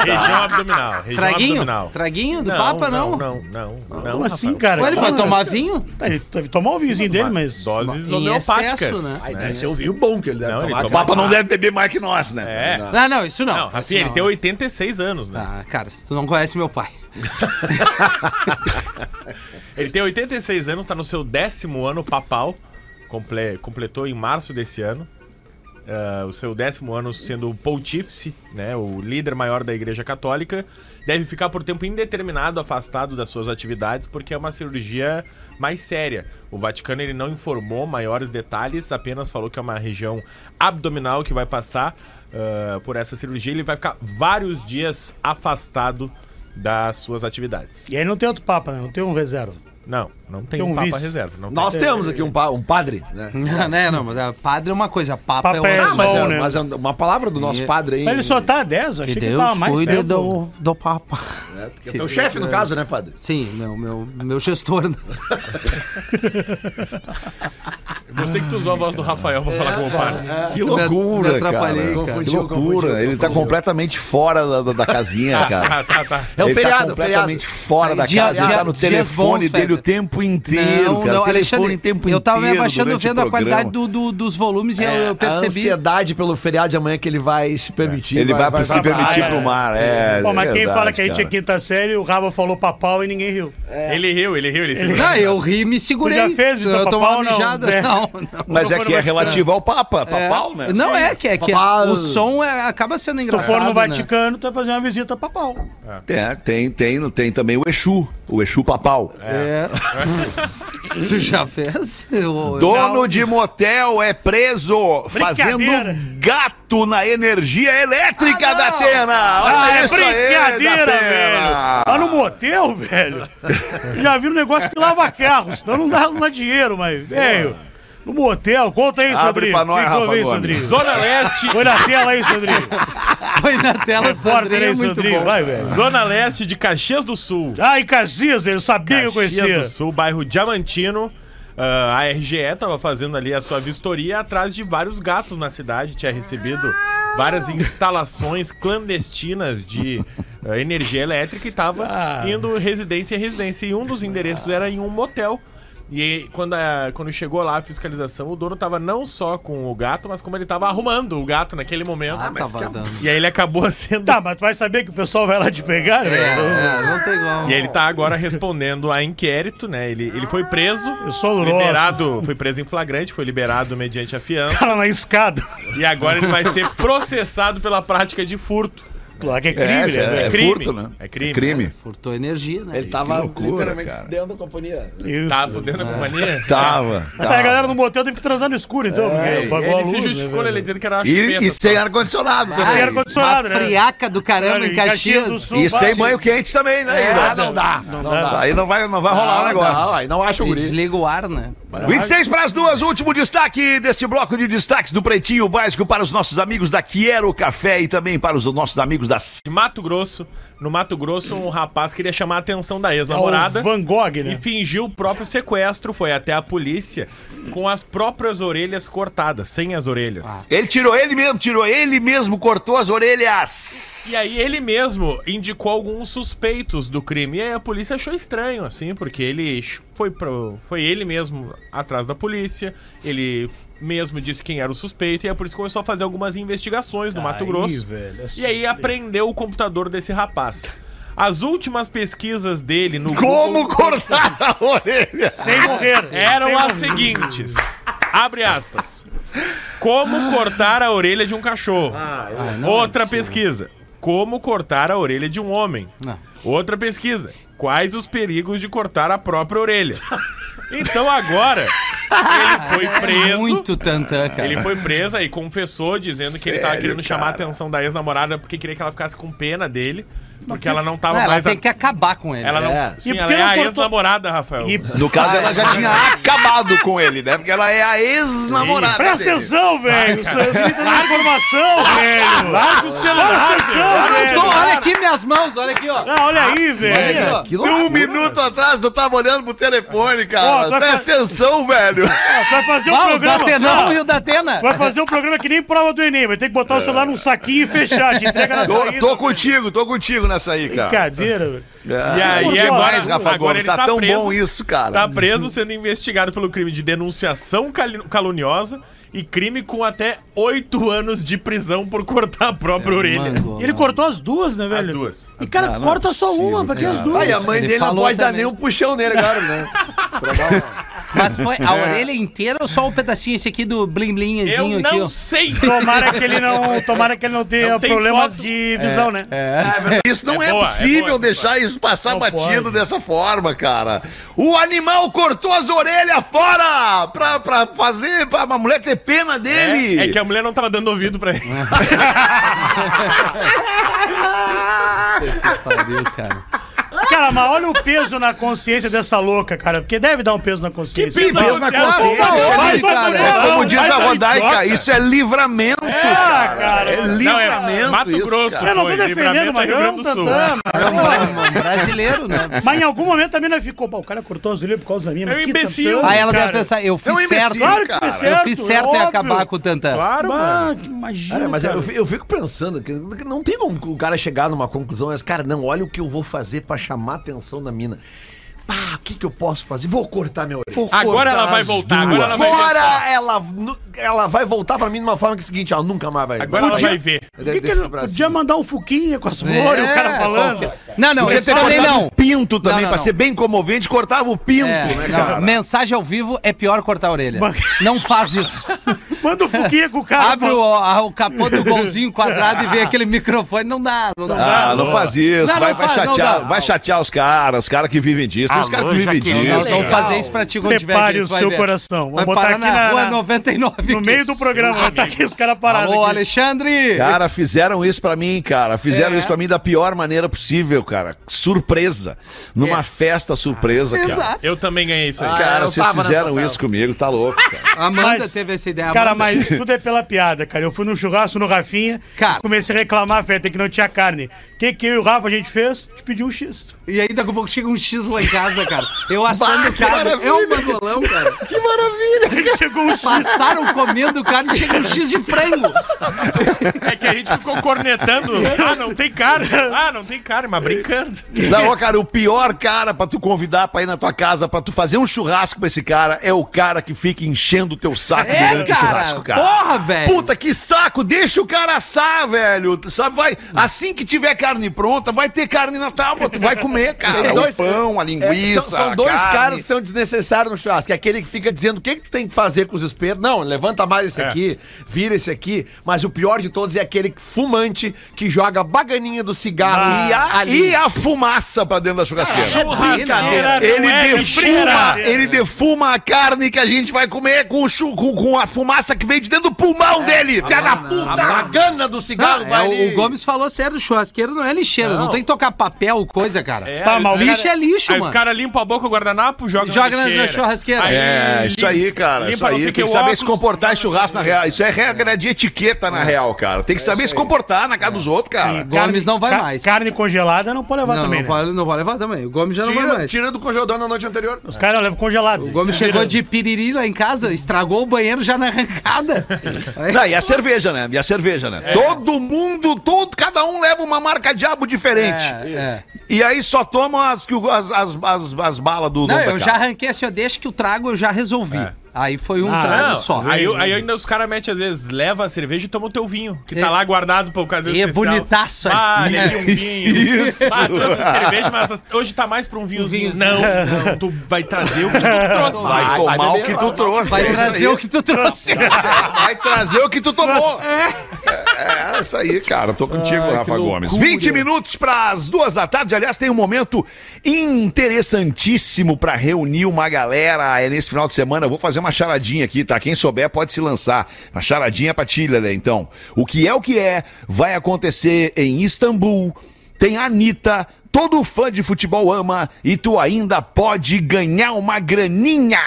[SPEAKER 6] Região abdominal. Região
[SPEAKER 5] Traguinho?
[SPEAKER 6] abdominal.
[SPEAKER 5] Traguinho do Papa, não?
[SPEAKER 6] Não, não, não.
[SPEAKER 8] Como
[SPEAKER 6] não,
[SPEAKER 8] assim,
[SPEAKER 6] Rafael.
[SPEAKER 8] cara?
[SPEAKER 5] Ou ele vai tomar vinho?
[SPEAKER 8] Tá, Ele deve tomar o vinhozinho dele, mas...
[SPEAKER 6] Doses
[SPEAKER 5] Em
[SPEAKER 6] homeopáticas.
[SPEAKER 5] excesso, né?
[SPEAKER 7] Aí deve ser o vinho bom que ele deve
[SPEAKER 6] Não, ele
[SPEAKER 7] tomar.
[SPEAKER 2] O
[SPEAKER 6] toma-
[SPEAKER 2] Papa não deve beber mais que nós, né?
[SPEAKER 6] É.
[SPEAKER 5] Ah, não, isso não.
[SPEAKER 6] Não,
[SPEAKER 5] Isso
[SPEAKER 6] Rafinha, ele tem 86 anos, né?
[SPEAKER 5] Ah, cara, tu não conhece meu pai.
[SPEAKER 6] Ele tem 86 anos, tá no seu décimo ano papal. Comple- completou em março desse ano. Ah, o seu décimo ano sendo o Pontífice, né, o líder maior da Igreja Católica, deve ficar por tempo indeterminado afastado das suas atividades porque é uma cirurgia mais séria. O Vaticano ele não informou maiores detalhes, apenas falou que é uma região abdominal que vai passar ah, por essa cirurgia. Ele vai ficar vários dias afastado das suas atividades.
[SPEAKER 8] E aí não tem outro papa, né? Não tem um reserva.
[SPEAKER 6] Não, não tem,
[SPEAKER 8] Tem um
[SPEAKER 6] um Papa
[SPEAKER 8] vice.
[SPEAKER 6] reserva. Não
[SPEAKER 7] Nós
[SPEAKER 6] tem.
[SPEAKER 7] temos aqui um, pa- um padre, né?
[SPEAKER 5] né, não, mas ah, padre é uma coisa, papa,
[SPEAKER 8] Papa
[SPEAKER 5] é
[SPEAKER 8] é
[SPEAKER 5] outra.
[SPEAKER 8] só-
[SPEAKER 7] Mas, é,
[SPEAKER 8] Bom, né?
[SPEAKER 7] mas é uma palavra do nosso padre aí.
[SPEAKER 8] Mas ele só tá a 10, achei
[SPEAKER 5] Que
[SPEAKER 8] que,
[SPEAKER 5] Deus
[SPEAKER 8] tava mais
[SPEAKER 5] cuide
[SPEAKER 8] 10.
[SPEAKER 5] do, do papa.
[SPEAKER 7] É teu chefe, no caso, né, padre?
[SPEAKER 5] Sim, meu, meu, meu gestor. né?
[SPEAKER 6] Gostei que tu usou a voz do Rafael pra falar com o padre.
[SPEAKER 2] Que
[SPEAKER 5] me
[SPEAKER 2] loucura, cara.
[SPEAKER 5] atrapalhei, cara.
[SPEAKER 2] Que
[SPEAKER 7] Confundiu, confundiu,
[SPEAKER 2] loucura. Ele tá
[SPEAKER 7] confundiu.
[SPEAKER 2] completamente fora da, da- da casinha, cara.
[SPEAKER 6] Tá, tá, tá.
[SPEAKER 7] É
[SPEAKER 5] um
[SPEAKER 7] o
[SPEAKER 2] ele
[SPEAKER 7] feriado,
[SPEAKER 2] tá
[SPEAKER 7] é o feriado.
[SPEAKER 2] completamente fora da
[SPEAKER 5] Dia-
[SPEAKER 2] casa, ele
[SPEAKER 5] dia-
[SPEAKER 2] tá no
[SPEAKER 5] dias
[SPEAKER 2] telefone dele
[SPEAKER 5] bons, Fetter.
[SPEAKER 2] o tempo inteiro, cara. telefone o tempo
[SPEAKER 5] eu tava me
[SPEAKER 2] inteiro
[SPEAKER 5] abaixando
[SPEAKER 2] durante o
[SPEAKER 5] vendo a qualidade
[SPEAKER 2] programa. É,
[SPEAKER 5] do, do- dos volumes e eu, eu
[SPEAKER 7] A
[SPEAKER 5] percebi.
[SPEAKER 7] ansiedade pelo feriado de amanhã que ele vai se permitir.
[SPEAKER 2] Ele vai, se
[SPEAKER 8] pra
[SPEAKER 2] permitir
[SPEAKER 8] praia.
[SPEAKER 2] pro mar, é.
[SPEAKER 8] Bom, mas
[SPEAKER 2] é
[SPEAKER 8] quem
[SPEAKER 2] verdade,
[SPEAKER 8] fala que a gente é
[SPEAKER 2] cara.
[SPEAKER 8] quinta série, o Raba falou papau e ninguém riu.
[SPEAKER 5] É,
[SPEAKER 6] Ele riu, ele riu, É. ele se
[SPEAKER 5] Não, eu ri e me segurei.
[SPEAKER 8] Tu já fez isso,
[SPEAKER 5] eu
[SPEAKER 8] papau,
[SPEAKER 5] tomava
[SPEAKER 8] ou não?
[SPEAKER 5] mijada.
[SPEAKER 8] É.
[SPEAKER 5] Não, não.
[SPEAKER 2] Mas é que é relativo ao Papa, papal, né?
[SPEAKER 5] Não é que, é que
[SPEAKER 7] Papau.
[SPEAKER 5] o som é- acaba sendo
[SPEAKER 8] Se tu
[SPEAKER 5] engraçado.
[SPEAKER 8] for no
[SPEAKER 5] né?
[SPEAKER 8] Vaticano, tu vai fazer uma visita a papau.
[SPEAKER 2] É, tem, tem, tem também o Exu, o Exu papal.
[SPEAKER 5] É. tu já fez? Eu-
[SPEAKER 2] Dono de motel é preso fazendo um
[SPEAKER 8] Brincadeira.
[SPEAKER 2] gato na energia
[SPEAKER 5] Ah,
[SPEAKER 2] elétrica da Atena. Olha
[SPEAKER 8] Ah, é
[SPEAKER 2] isso aí,
[SPEAKER 8] brincadeira,
[SPEAKER 2] Datena.
[SPEAKER 8] velho. Lá no motel, velho. Já vi um negócio que lava carro, senão não dá, não dá dinheiro, mas, velho. No motel, conta aí,
[SPEAKER 2] Abre
[SPEAKER 8] Sandrinho.
[SPEAKER 2] pra nós,
[SPEAKER 8] Tem que
[SPEAKER 2] Rafa
[SPEAKER 8] ouvir,
[SPEAKER 2] Gomes.
[SPEAKER 8] Sandrinho.
[SPEAKER 6] Zona Leste,
[SPEAKER 8] Põe na tela aí, Sandrinho.
[SPEAKER 5] Põe na tela,
[SPEAKER 8] Repórter
[SPEAKER 5] Sandrinho, é
[SPEAKER 8] aí,
[SPEAKER 5] muito
[SPEAKER 8] Sandrinho.
[SPEAKER 5] bom.
[SPEAKER 8] Vai, velho.
[SPEAKER 6] Zona Leste de Caxias do Sul.
[SPEAKER 8] Ah, e Caxias, eu sabia que eu conhecia.
[SPEAKER 6] do Sul, bairro Diamantino. Ah, a RGE tava fazendo ali a sua vistoria atrás de vários gatos na cidade. Tinha recebido várias instalações clandestinas de ah, energia elétrica e tava
[SPEAKER 8] Ah.
[SPEAKER 6] indo residência em residência. E um dos endereços era em um motel. E quando, a- quando chegou lá a fiscalização, o dono tava não só com o gato, mas como ele tava arrumando o gato naquele momento.
[SPEAKER 5] Ah, tava dando.
[SPEAKER 6] E aí ele acabou sendo.
[SPEAKER 8] Tá, mas tu vai saber que o pessoal vai lá te pegar,
[SPEAKER 5] É,
[SPEAKER 8] velho.
[SPEAKER 5] é, não tem igual.
[SPEAKER 6] E ele tá agora respondendo a inquérito, né? Ele, ele foi preso.
[SPEAKER 8] Eu sou louco.
[SPEAKER 6] Liberado, foi preso em flagrante, foi liberado mediante a fiança.
[SPEAKER 8] Cara na escada.
[SPEAKER 6] E agora ele vai ser processado pela prática de furto.
[SPEAKER 8] Claro que é crime,
[SPEAKER 2] É,
[SPEAKER 8] né?
[SPEAKER 2] é, é
[SPEAKER 6] crime.
[SPEAKER 2] furto, né?
[SPEAKER 6] É crime.
[SPEAKER 5] Furtou energia, né?
[SPEAKER 4] Ele tá tava
[SPEAKER 2] loucura,
[SPEAKER 4] literalmente
[SPEAKER 2] cara.
[SPEAKER 4] dentro da companhia.
[SPEAKER 8] Isso.
[SPEAKER 6] Tá fudendo a companhia?
[SPEAKER 2] Tava.
[SPEAKER 4] É.
[SPEAKER 8] Tá, a galera no motel teve que transar no escuro, então. porque apagou a
[SPEAKER 6] É. Ele
[SPEAKER 8] luz,
[SPEAKER 6] se
[SPEAKER 8] né,
[SPEAKER 6] justificou,
[SPEAKER 8] velho?
[SPEAKER 6] ele dizendo que era uma
[SPEAKER 2] E,
[SPEAKER 6] chupeta,
[SPEAKER 2] e sem
[SPEAKER 6] tá?
[SPEAKER 2] ar-condicionado
[SPEAKER 8] Sem
[SPEAKER 2] também.
[SPEAKER 8] ar-condicionado,
[SPEAKER 5] Uma
[SPEAKER 8] né?
[SPEAKER 5] friaca do caramba em Caxias.
[SPEAKER 2] E sem
[SPEAKER 8] bate.
[SPEAKER 2] banho quente também, né? ainda.
[SPEAKER 4] É, não dá. Não, dá.
[SPEAKER 2] Aí não vai, não vai rolar o negócio.
[SPEAKER 4] Não, aí não acha o
[SPEAKER 5] E
[SPEAKER 4] guri.
[SPEAKER 5] Desliga o ar, né?
[SPEAKER 2] 26 para as duas, último destaque deste bloco de destaques do Pretinho Básico para os nossos amigos da Quiero Café e também para os nossos amigos da
[SPEAKER 6] De Mato Grosso. No Mato Grosso, um rapaz queria chamar a atenção da
[SPEAKER 8] É o
[SPEAKER 6] ex-namorada.
[SPEAKER 8] Van Gogh,
[SPEAKER 6] E
[SPEAKER 8] né?
[SPEAKER 6] fingiu o próprio sequestro, foi até a polícia com as próprias orelhas cortadas, sem as orelhas.
[SPEAKER 2] Ele tirou ele mesmo, tirou ele mesmo, cortou as orelhas.
[SPEAKER 6] E aí ele mesmo indicou alguns suspeitos do crime. E aí a polícia achou estranho, assim, porque ele ch- foi, pro, foi ele mesmo atrás da polícia, ele mesmo disse quem era o suspeito, e a polícia começou a fazer algumas investigações no Mato
[SPEAKER 8] Aí,
[SPEAKER 6] Grosso.
[SPEAKER 8] velho, é
[SPEAKER 6] e aí apreendeu o computador desse rapaz. As últimas pesquisas dele no
[SPEAKER 2] Como
[SPEAKER 6] Google
[SPEAKER 2] cortar a orelha?
[SPEAKER 8] Sem morrer.
[SPEAKER 6] eram
[SPEAKER 8] Sem
[SPEAKER 6] as
[SPEAKER 8] morrer.
[SPEAKER 6] seguintes. Abre aspas. Como cortar a orelha de um cachorro.
[SPEAKER 8] é
[SPEAKER 6] Outra pesquisa. Como cortar a orelha de um homem.
[SPEAKER 5] Não.
[SPEAKER 6] Outra pesquisa. Quais os perigos de cortar a própria orelha? Então agora ele
[SPEAKER 8] É
[SPEAKER 6] foi preso.
[SPEAKER 5] Muito tantã, cara.
[SPEAKER 6] Ele foi preso aí, confessou, dizendo que ele tava
[SPEAKER 2] Sério,
[SPEAKER 6] querendo chamar a atenção da ex-namorada porque queria que ela ficasse com pena dele. Porque ela não tava
[SPEAKER 5] Não, ela
[SPEAKER 6] mais.
[SPEAKER 5] tem
[SPEAKER 6] a-
[SPEAKER 5] que acabar com ele.
[SPEAKER 6] Ela não.
[SPEAKER 4] É.
[SPEAKER 6] Sim,
[SPEAKER 8] E
[SPEAKER 6] ela
[SPEAKER 8] por que
[SPEAKER 6] é
[SPEAKER 8] não
[SPEAKER 6] a
[SPEAKER 8] cortou-
[SPEAKER 6] ex-namorada, Rafael.
[SPEAKER 8] E
[SPEAKER 2] No caso, ela já tinha acabado com ele, né? Porque ela é a ex-namorada.
[SPEAKER 8] presta
[SPEAKER 2] dele.
[SPEAKER 8] atenção, velho. Isso é muita informação, velho.
[SPEAKER 6] Larga o celular,
[SPEAKER 8] atenção,
[SPEAKER 6] velho.
[SPEAKER 8] velho.
[SPEAKER 5] Tô- olha aqui minhas mãos, olha aqui, ó.
[SPEAKER 8] Ah, olha aí,
[SPEAKER 5] Olha aqui,
[SPEAKER 8] velho.
[SPEAKER 5] ó.
[SPEAKER 4] Que
[SPEAKER 2] Um
[SPEAKER 4] loucura.
[SPEAKER 2] minuto atrás, tu tava olhando pro telefone, cara.
[SPEAKER 8] Ó, tu vai
[SPEAKER 2] Presta atenção, velho.
[SPEAKER 8] Ah, tu Vai fazer um
[SPEAKER 5] Ó, o
[SPEAKER 8] programa.
[SPEAKER 5] Datenão
[SPEAKER 8] Ah,
[SPEAKER 5] e o Datena.
[SPEAKER 8] Vai fazer um programa que nem prova do Enem. Vai ter que botar o celular num saquinho e fechar. Te entrega na
[SPEAKER 2] Tô,
[SPEAKER 8] saída.
[SPEAKER 2] tô contigo, tô contigo nessa aí, cara.
[SPEAKER 8] Brincadeira, velho.
[SPEAKER 6] E aí,
[SPEAKER 2] Por
[SPEAKER 6] agora,
[SPEAKER 2] mais, Rafa
[SPEAKER 6] agora
[SPEAKER 2] Gomes,
[SPEAKER 6] ele
[SPEAKER 2] tá,
[SPEAKER 6] tá
[SPEAKER 2] tão
[SPEAKER 6] preso.
[SPEAKER 2] bom isso, cara.
[SPEAKER 6] Tá preso sendo investigado pelo crime de denunciação cali- caluniosa e crime com até oito anos de prisão por cortar a própria orelha.
[SPEAKER 5] Mangolão.
[SPEAKER 8] Ele cortou as duas, né, velho?
[SPEAKER 6] As duas.
[SPEAKER 8] E, cara,
[SPEAKER 5] é
[SPEAKER 8] corta só uma, pra que as duas?
[SPEAKER 4] Aí a mãe
[SPEAKER 5] Ele
[SPEAKER 4] dele não
[SPEAKER 5] falou
[SPEAKER 4] pode dar
[SPEAKER 5] também.
[SPEAKER 4] nem um puxão nele agora, né? Pra dar uma-
[SPEAKER 5] Mas foi a orelha inteira ou só um pedacinho esse aqui do blim
[SPEAKER 6] Eu
[SPEAKER 5] blimzinho aqui,
[SPEAKER 6] não
[SPEAKER 5] ó?
[SPEAKER 6] sei.
[SPEAKER 8] Tomara que ele não, tomara que ele não tenha
[SPEAKER 6] Não tem
[SPEAKER 8] problemas
[SPEAKER 6] foto.
[SPEAKER 8] de
[SPEAKER 5] É,
[SPEAKER 8] visão, né?
[SPEAKER 2] Isso não é,
[SPEAKER 6] boa, é
[SPEAKER 2] possível
[SPEAKER 6] boa essa
[SPEAKER 2] deixar isso passar
[SPEAKER 8] Não
[SPEAKER 2] batido
[SPEAKER 8] pode.
[SPEAKER 2] dessa forma, cara. O animal cortou as orelhas fora pra, pra fazer pra uma mulher ter pena dele.
[SPEAKER 6] É, é que a mulher não tava dando ouvido pra ele.
[SPEAKER 5] Pariu, cara.
[SPEAKER 8] Cara, mas olha o peso na consciência dessa louca, cara. Porque deve dar um peso na consciência.
[SPEAKER 6] é
[SPEAKER 2] Que peso na consciência,
[SPEAKER 5] né,
[SPEAKER 8] Vai, vai, vai,
[SPEAKER 5] cara?
[SPEAKER 8] vai, vai,
[SPEAKER 2] É Como
[SPEAKER 8] vai,
[SPEAKER 2] diz
[SPEAKER 8] vai,
[SPEAKER 2] a
[SPEAKER 6] tá
[SPEAKER 8] vai,
[SPEAKER 2] Rodaica,
[SPEAKER 8] idiota.
[SPEAKER 2] isso é livramento, cara.
[SPEAKER 8] cara.
[SPEAKER 2] É
[SPEAKER 8] Não, é
[SPEAKER 2] livramento
[SPEAKER 6] Mato
[SPEAKER 2] isso,
[SPEAKER 6] Grosso.
[SPEAKER 2] cara.
[SPEAKER 8] Eu não tô
[SPEAKER 6] Foi,
[SPEAKER 8] defendendo,
[SPEAKER 6] Livramento,
[SPEAKER 8] mas
[SPEAKER 6] tá Rio
[SPEAKER 8] eu
[SPEAKER 6] Grande
[SPEAKER 8] não
[SPEAKER 6] do Sul.
[SPEAKER 5] É um bra- um brasileiro, né?
[SPEAKER 8] Mas em algum momento a mina ficou, pô, o cara cortou as orelhas por causa da minha.
[SPEAKER 6] É um
[SPEAKER 8] mas que
[SPEAKER 6] imbecil.
[SPEAKER 8] tantão,
[SPEAKER 5] Aí ela
[SPEAKER 8] cara.
[SPEAKER 5] deve pensar, eu fiz
[SPEAKER 2] É um imbecil,
[SPEAKER 5] certo.
[SPEAKER 8] Claro que
[SPEAKER 2] Cara,
[SPEAKER 8] fiz certo.
[SPEAKER 5] Eu fiz certo em
[SPEAKER 8] óbvio.
[SPEAKER 5] acabar com o Tantan.
[SPEAKER 6] Claro, mano.
[SPEAKER 8] Bah, que imagina,
[SPEAKER 4] Cara, É, mas eu,
[SPEAKER 8] cara.
[SPEAKER 4] eu fico pensando, que não tem como o cara chegar numa conclusão, mas, cara, não, olha o que eu vou fazer pra chamar a atenção da mina. Pá, o que que eu posso fazer? Vou cortar minha orelha.
[SPEAKER 6] Agora ela vai voltar, agora ela vai ver.
[SPEAKER 4] Agora ela, nu- ela vai voltar pra mim de uma forma que é o seguinte, ela nunca mais vai...
[SPEAKER 6] Agora ela vai ver.
[SPEAKER 4] Por
[SPEAKER 8] Por que, que ele não podia mandar um fuquinha com as
[SPEAKER 5] É,
[SPEAKER 8] flores, o cara falando?
[SPEAKER 5] qualquer- Não, não,
[SPEAKER 2] Podia
[SPEAKER 5] esse
[SPEAKER 2] ter
[SPEAKER 5] também
[SPEAKER 2] cortado o
[SPEAKER 5] não.
[SPEAKER 2] pinto também,
[SPEAKER 5] Não, não,
[SPEAKER 2] pra
[SPEAKER 5] não.
[SPEAKER 2] ser bem comovente, cortava o pinto,
[SPEAKER 5] É,
[SPEAKER 2] né,
[SPEAKER 5] não,
[SPEAKER 2] cara?
[SPEAKER 5] mensagem ao vivo é pior cortar a orelha. Não faz isso.
[SPEAKER 8] Manda um fuquinha com o cara. Ah.
[SPEAKER 5] Abre o, a- o capô do golzinho quadrado e vê aquele microfone. Não dá, não dá.
[SPEAKER 2] Ah, não faz isso,
[SPEAKER 5] Não,
[SPEAKER 2] vai,
[SPEAKER 5] não
[SPEAKER 2] vai
[SPEAKER 5] faz, não
[SPEAKER 2] chatear,
[SPEAKER 5] dá.
[SPEAKER 2] vai chatear os caras, os caras que vivem disso, tem os caras que vivem
[SPEAKER 5] Nós
[SPEAKER 2] disso.
[SPEAKER 5] vamos fazer isso pra ti quando tiver
[SPEAKER 8] Prepare
[SPEAKER 5] gente,
[SPEAKER 8] o
[SPEAKER 5] vai
[SPEAKER 8] seu
[SPEAKER 5] ver.
[SPEAKER 8] coração. Vou
[SPEAKER 5] Vai
[SPEAKER 8] botar
[SPEAKER 5] parar
[SPEAKER 8] aqui
[SPEAKER 5] na,
[SPEAKER 8] na-
[SPEAKER 5] rua
[SPEAKER 8] na-
[SPEAKER 5] 99.
[SPEAKER 8] No meio do programa, vai estar aqui os caras parados.
[SPEAKER 5] Alô,
[SPEAKER 8] aqui.
[SPEAKER 5] Alexandre!
[SPEAKER 2] Cara, fizeram isso pra mim, cara. Fizeram
[SPEAKER 5] É.
[SPEAKER 2] isso pra mim da pior maneira possível, cara. Surpresa. Numa
[SPEAKER 5] É.
[SPEAKER 2] festa surpresa, cara.
[SPEAKER 5] Exato.
[SPEAKER 6] Eu também ganhei isso aí.
[SPEAKER 2] É, Cara,
[SPEAKER 4] eu
[SPEAKER 2] vocês
[SPEAKER 4] tava nessa
[SPEAKER 2] fizeram
[SPEAKER 4] festa.
[SPEAKER 2] isso comigo, tá louco, cara.
[SPEAKER 5] Amanda
[SPEAKER 8] Mas,
[SPEAKER 5] teve essa ideia.
[SPEAKER 8] Cara, a mas isso tudo é pela piada, cara. Eu fui no churrasco no Rafinha,
[SPEAKER 5] Cara.
[SPEAKER 8] comecei a reclamar, Feta, que não tinha carne. O que, que eu e o Rafa a gente fez? A gente pediu um X.
[SPEAKER 5] E aí daqui a pouco chega um X lá em casa, cara. Eu assando carne. Eu mandolão, cara.
[SPEAKER 7] Que maravilha!
[SPEAKER 8] Chegou um X.
[SPEAKER 5] Passaram comendo carne, chega um X de frango.
[SPEAKER 6] É que a gente ficou cornetando. Ah, não tem cara. Ah, não tem cara, mas brincando.
[SPEAKER 2] Não, ó, cara, o pior cara pra tu convidar pra ir na tua casa, pra tu fazer um churrasco pra esse cara, é o cara que fica enchendo o teu saco
[SPEAKER 5] É,
[SPEAKER 2] durante o
[SPEAKER 5] cara.
[SPEAKER 2] churrasco, cara.
[SPEAKER 5] Porra, velho.
[SPEAKER 2] Puta que saco, deixa o cara assar, velho. Sabe, vai, assim que tiver carne pronta, vai ter carne na tábua, tu vai comer, cara.
[SPEAKER 7] Tem É, dois-
[SPEAKER 2] o pão, a linguiça.
[SPEAKER 7] É, são, são dois
[SPEAKER 2] a carne.
[SPEAKER 7] caras que são desnecessários no churrasco. É aquele que fica dizendo o que, que tu tem que fazer com os espetos. Não, levanta mais esse
[SPEAKER 8] É.
[SPEAKER 7] aqui, vira esse aqui. Mas o pior de todos é aquele fumante que joga a baganinha do cigarro
[SPEAKER 8] Ah,
[SPEAKER 2] E a, e a fumaça pra dentro da
[SPEAKER 7] Ah,
[SPEAKER 2] churrasqueira.
[SPEAKER 8] Brincadeira,
[SPEAKER 2] Ele
[SPEAKER 8] não é
[SPEAKER 2] defuma,
[SPEAKER 8] brincadeira.
[SPEAKER 2] ele defuma a carne que a gente vai comer com, o chu- com, com a fumaça que vem de dentro do
[SPEAKER 8] É,
[SPEAKER 2] pulmão dele.
[SPEAKER 8] tá
[SPEAKER 2] Filha da
[SPEAKER 7] A
[SPEAKER 2] puta!
[SPEAKER 7] bagana do cigarro
[SPEAKER 5] Não,
[SPEAKER 7] vai
[SPEAKER 5] é, o-
[SPEAKER 7] ali.
[SPEAKER 5] o Gomes falou sério, churrasqueiro não é lixeira, não, tem que tocar papel, coisa, cara.
[SPEAKER 6] É,
[SPEAKER 8] Pá,
[SPEAKER 6] os
[SPEAKER 8] mas o
[SPEAKER 5] lixo é lixo,
[SPEAKER 6] aí
[SPEAKER 5] mano.
[SPEAKER 6] Os caras limpam a boca, o guardanapo, jogam
[SPEAKER 5] Joga na- na churrasqueira.
[SPEAKER 2] É, isso aí, cara.
[SPEAKER 6] limpa
[SPEAKER 2] Isso
[SPEAKER 6] não
[SPEAKER 2] aí.
[SPEAKER 6] sei
[SPEAKER 2] Tem
[SPEAKER 6] que
[SPEAKER 2] que saber
[SPEAKER 6] óculos.
[SPEAKER 2] se comportar em churrasco na real. Isso é regra de etiqueta
[SPEAKER 5] É.
[SPEAKER 2] na real, cara. Tem que saber se comportar na casa dos outros, cara.
[SPEAKER 5] Gomes não vai
[SPEAKER 8] Ca-
[SPEAKER 5] mais.
[SPEAKER 8] Carne congelada não pode levar
[SPEAKER 5] não,
[SPEAKER 8] também,
[SPEAKER 5] não,
[SPEAKER 8] né?
[SPEAKER 5] pode, não pode levar também. O Gomes já não vai
[SPEAKER 7] Tira,
[SPEAKER 5] mais.
[SPEAKER 7] tira do congelador na noite anterior.
[SPEAKER 8] Os caras levam congelado.
[SPEAKER 5] O Gomes chegou de piriri lá em casa, estragou o banheiro já na arrancada.
[SPEAKER 2] Não, e a cerveja, né? E a cerveja,
[SPEAKER 5] É.
[SPEAKER 2] né? Todo mundo, todo, cada um leva uma marca diabo diferente.
[SPEAKER 5] É, é.
[SPEAKER 2] E aí só toma as, que o- as, as, as, as balas do
[SPEAKER 5] Não,
[SPEAKER 2] dono da
[SPEAKER 5] eu já
[SPEAKER 2] casa.
[SPEAKER 5] arranquei assim, ó, deixa que o trago eu já resolvi. Aí foi um
[SPEAKER 8] Ah,
[SPEAKER 5] trago
[SPEAKER 6] Não,
[SPEAKER 5] só.
[SPEAKER 6] Aí, aí ainda os caras metem, às vezes, leva a cerveja e toma o teu vinho, que tá lá guardado pra ocasião
[SPEAKER 5] É. E é
[SPEAKER 6] especial.
[SPEAKER 5] bonitaço né? aí.
[SPEAKER 6] Ah, olha ali um vinho.
[SPEAKER 2] Isso.
[SPEAKER 6] Ah, trouxe cerveja, mas essa- hoje tá mais pra um vinhozinho.
[SPEAKER 5] vinhozinho.
[SPEAKER 6] Não, não, tu vai trazer o que tu trouxe.
[SPEAKER 2] Vai, tomar o que tu trouxe.
[SPEAKER 5] Ah, Vai
[SPEAKER 2] é isso
[SPEAKER 5] trazer
[SPEAKER 2] aí.
[SPEAKER 5] o que tu trouxe.
[SPEAKER 2] Vai trazer o que tu tomou. É, é isso aí, cara. Tô contigo, Rafa Gomes. 20 minutos para as duas da tarde. Aliás, tem um momento interessantíssimo para reunir uma galera. É nesse final de semana. Eu vou fazer uma charadinha aqui, tá? Quem souber pode se lançar. Uma charadinha pra ti, Lelê, então. O que é o que é vai acontecer em Istambul. Tem a Anitta. Todo fã de futebol ama e tu ainda pode ganhar uma graninha.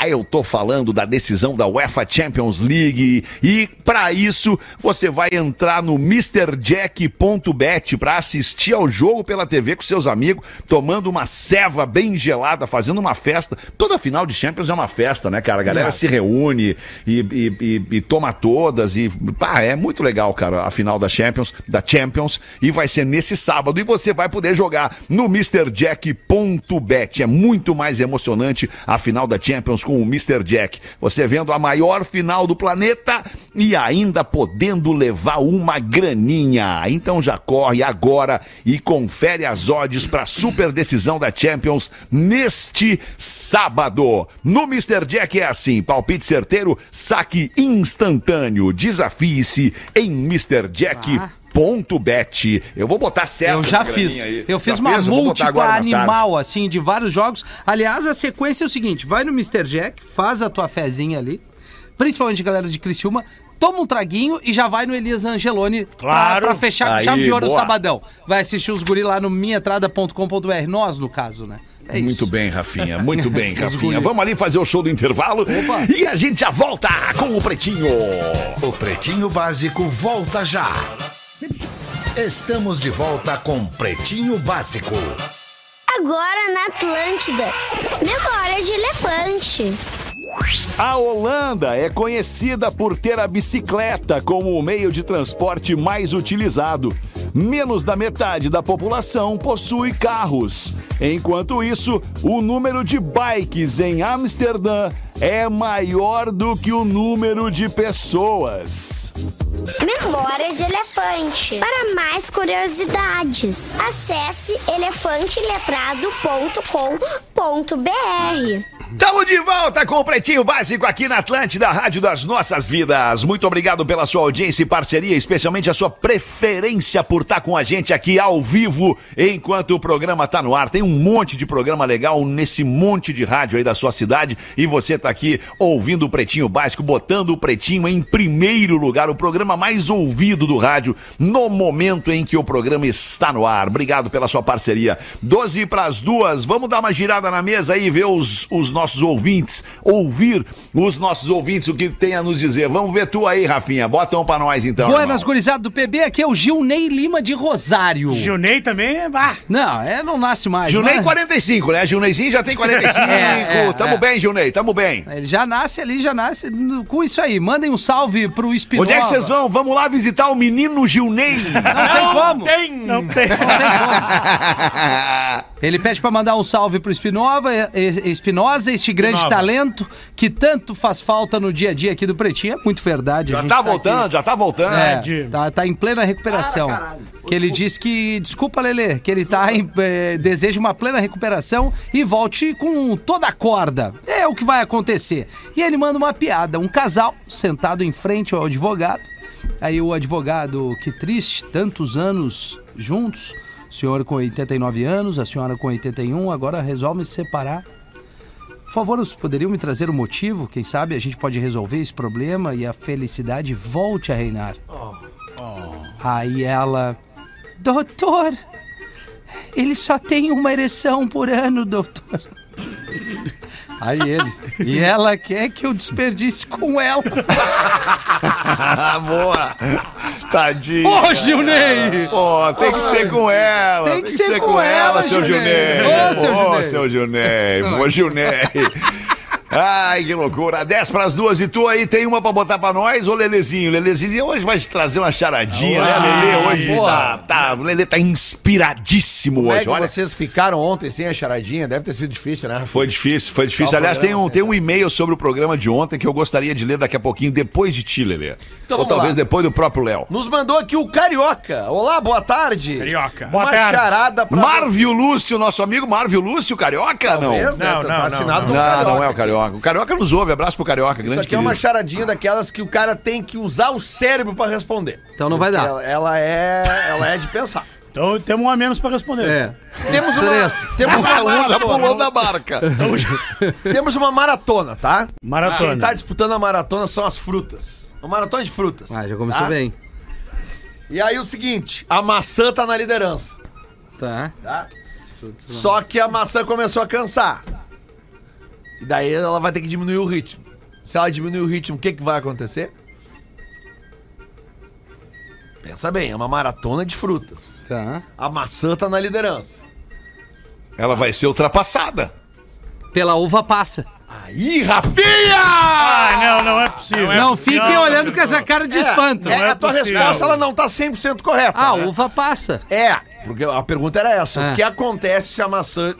[SPEAKER 2] Ah, Eu tô falando da decisão da UEFA Champions League e para isso você vai entrar no MrJack.bet para assistir ao jogo pela TV com seus amigos, tomando uma ceva bem gelada, fazendo uma festa. Toda final de Champions é uma festa, né, cara? A galera se reúne e, e- e- e toma todas e pá, é muito legal, cara, a final da Champions, da Champions e vai ser nesse sábado e você vai poder jogar no MrJack.bet. É muito mais emocionante a final da Champions com o Mr. Jack. Você vendo a maior final do planeta e ainda podendo levar uma graninha. Então já corre agora e confere as odds para super decisão da Champions neste sábado. No Mr. Jack é assim: palpite certeiro, saque instantâneo. Desafie-se em Mr. Jack. Ponto bet. Eu vou botar certo.
[SPEAKER 5] Eu já
[SPEAKER 2] essa graninha
[SPEAKER 5] fiz.
[SPEAKER 2] aí.
[SPEAKER 5] Eu fiz
[SPEAKER 2] Já
[SPEAKER 5] uma
[SPEAKER 2] fez? Eu vou botar
[SPEAKER 5] múltipla
[SPEAKER 2] agora na tarde.
[SPEAKER 5] animal, assim, de vários jogos. Aliás, a sequência é o seguinte: vai no Mr. Jack, faz a tua fezinha ali, principalmente a galera de Criciúma, toma um traguinho e já vai no Elias Angeloni
[SPEAKER 8] Claro.
[SPEAKER 5] pra, pra fechar com
[SPEAKER 2] Aí,
[SPEAKER 5] chave de ouro
[SPEAKER 2] boa.
[SPEAKER 5] o sabadão. Vai assistir os guri lá no minhaentrada.com.br, nós, no caso, né? É
[SPEAKER 2] Muito
[SPEAKER 5] isso.
[SPEAKER 2] bem, Rafinha. Muito bem, Rafinha. Vamos ali fazer o show do intervalo e a gente já volta com o Pretinho.
[SPEAKER 9] O Pretinho Básico volta já. Estamos de volta com Pretinho Básico.
[SPEAKER 10] Agora na Atlântida. Memória de elefante.
[SPEAKER 2] A Holanda é conhecida por ter a bicicleta como o meio de transporte mais utilizado. Menos da metade da população possui carros. Enquanto isso, o número de bikes em Amsterdã é maior do que o número de pessoas.
[SPEAKER 10] Memória de elefante. Para mais curiosidades, acesse elefanteletrado.com.br.
[SPEAKER 2] Estamos de volta com o Pretinho Básico aqui na Atlântida, Rádio das Nossas Vidas. Muito obrigado pela sua audiência e parceria, especialmente a sua preferência por estar com a gente aqui ao vivo enquanto o programa está no ar. Tem um monte de programa legal nesse monte de rádio aí da sua cidade e você está aqui ouvindo o Pretinho Básico, botando o Pretinho em primeiro lugar, o programa mais ouvido do rádio no momento em que o programa está no ar. Obrigado pela sua parceria. 12 para as duas, vamos dar uma girada na mesa aí e ver os, os nossos ouvintes, ouvir os nossos ouvintes, o que tem a nos dizer. Vamos ver tu aí, Rafinha. Bota um pra nós então.
[SPEAKER 5] Buenas,
[SPEAKER 2] irmão.
[SPEAKER 5] gurizada do PB, aqui é o Gilney Lima de Rosário.
[SPEAKER 8] Junei também é. Bah.
[SPEAKER 5] Não, é, não nasce mais.
[SPEAKER 2] Junei
[SPEAKER 5] mas-
[SPEAKER 2] 45, né? Juneizinho já tem 45.
[SPEAKER 5] É, é,
[SPEAKER 2] tamo
[SPEAKER 5] é.
[SPEAKER 2] bem, Junei, tamo bem.
[SPEAKER 5] Ele já nasce ali, já nasce no- com isso aí. Mandem um salve pro Espinosa.
[SPEAKER 2] Onde é que vocês vão? Vamos lá visitar o menino Gilney.
[SPEAKER 5] Não tem como.
[SPEAKER 6] Tem!
[SPEAKER 8] Não tem.
[SPEAKER 5] Não tem como. Ele pede pra mandar um salve pro Espinova, e- e- Espinosa, este grande
[SPEAKER 6] Espinova.
[SPEAKER 5] talento que tanto faz falta no dia a dia aqui do Pretinho. É muito verdade. a
[SPEAKER 2] já
[SPEAKER 5] gente
[SPEAKER 2] tá
[SPEAKER 5] aqui-
[SPEAKER 2] voltando, já tá voltando.
[SPEAKER 5] É,
[SPEAKER 8] Di.
[SPEAKER 5] tá, tá em plena recuperação. que ele diz que, desculpa, Lelê, que ele tá em, eh, deseja uma plena recuperação e volte com toda a corda. É o que vai acontecer. E ele manda uma piada. Um casal sentado em frente ao advogado. Aí o advogado, que triste, tantos anos juntos. O senhor com 89 anos, a senhora com 81, agora resolve se separar. Por favor, vocês poderiam me trazer o motivo? Quem sabe a gente pode resolver esse problema e a felicidade volte a reinar. Aí ela. Doutor, ele só tem uma ereção por ano, doutor. Aí ele. E ela quer que eu desperdice com ela.
[SPEAKER 2] Ah, boa. Tadinho.
[SPEAKER 5] Ô, Gilney!
[SPEAKER 2] Pô, tem que ser com ela.
[SPEAKER 5] Tem que ser com ela,
[SPEAKER 2] seu
[SPEAKER 5] Gilney.
[SPEAKER 2] Gilney.
[SPEAKER 5] Ô, seu Gilney.
[SPEAKER 2] Ô, seu Gilney. Ô, Gilney. Ai, que loucura. 10 pras duas e tu aí tem uma pra botar pra nós, ô Lelezinho? Lelezinho hoje vai te trazer uma charadinha, né, Lele? Hoje tá, tá, o Lele tá inspiradíssimo
[SPEAKER 7] Como é
[SPEAKER 2] hoje,
[SPEAKER 7] que
[SPEAKER 2] olha.
[SPEAKER 7] vocês ficaram ontem sem a charadinha? Deve ter sido difícil, né?
[SPEAKER 2] Foi difícil, foi difícil.
[SPEAKER 7] Só o
[SPEAKER 2] Aliás, tem
[SPEAKER 7] programa,
[SPEAKER 2] um, tem um e-mail sobre o programa de ontem que eu gostaria de ler daqui a pouquinho, depois de ti, Lelê.
[SPEAKER 7] Então
[SPEAKER 2] Ou
[SPEAKER 7] vamos
[SPEAKER 2] talvez
[SPEAKER 7] lá.
[SPEAKER 2] depois do próprio Léo.
[SPEAKER 7] Nos mandou aqui o Carioca. Olá, boa tarde.
[SPEAKER 8] Carioca.
[SPEAKER 7] Uma
[SPEAKER 8] Boa tarde.
[SPEAKER 7] charada pra
[SPEAKER 2] Marvio Lúcio, nosso amigo Marvio Lúcio, carioca? Não.
[SPEAKER 7] Talvez, né?
[SPEAKER 6] Não,
[SPEAKER 7] Tá-
[SPEAKER 6] não,
[SPEAKER 7] tá assinado
[SPEAKER 2] Não,
[SPEAKER 7] como Carioca.
[SPEAKER 2] não é o Carioca. O Carioca nos ouve. Abraço pro Carioca, grande
[SPEAKER 7] Isso aqui é uma
[SPEAKER 2] querido.
[SPEAKER 7] charadinha daquelas que o cara tem que usar o cérebro pra responder.
[SPEAKER 5] Então não vai dar.
[SPEAKER 7] Ela, ela é, ela é de pensar.
[SPEAKER 8] Então temos um a menos pra responder.
[SPEAKER 5] É.
[SPEAKER 7] Temos uma-
[SPEAKER 5] Três.
[SPEAKER 7] Temos uma
[SPEAKER 2] Ela pulou
[SPEAKER 7] maratona.
[SPEAKER 2] da barca.
[SPEAKER 7] Temos uma maratona, tá?
[SPEAKER 8] Maratona.
[SPEAKER 7] Quem tá disputando a maratona são as frutas. É Uma maratona de frutas.
[SPEAKER 5] Ah, já começou
[SPEAKER 7] tá?
[SPEAKER 5] bem.
[SPEAKER 7] E aí o seguinte, a maçã tá na liderança.
[SPEAKER 5] Tá.
[SPEAKER 7] Só que a maçã começou a cansar. E daí ela vai ter que diminuir o ritmo. Se ela diminuir o ritmo, o que, que vai acontecer? Pensa bem, é uma maratona de frutas.
[SPEAKER 5] Tá.
[SPEAKER 7] A maçã tá na liderança.
[SPEAKER 2] Ela vai ser ultrapassada.
[SPEAKER 5] Pela uva passa.
[SPEAKER 7] Aí, Rafinha!
[SPEAKER 8] Ah, não, não é possível.
[SPEAKER 5] Não fiquem olhando com essa cara de espanto.
[SPEAKER 7] É,
[SPEAKER 8] não é
[SPEAKER 7] a tua
[SPEAKER 8] possível.
[SPEAKER 7] resposta ela não tá 100% correta.
[SPEAKER 5] Ah,
[SPEAKER 7] né?
[SPEAKER 5] uva passa.
[SPEAKER 7] É, porque a pergunta era essa.
[SPEAKER 5] É.
[SPEAKER 7] O que acontece se a maçã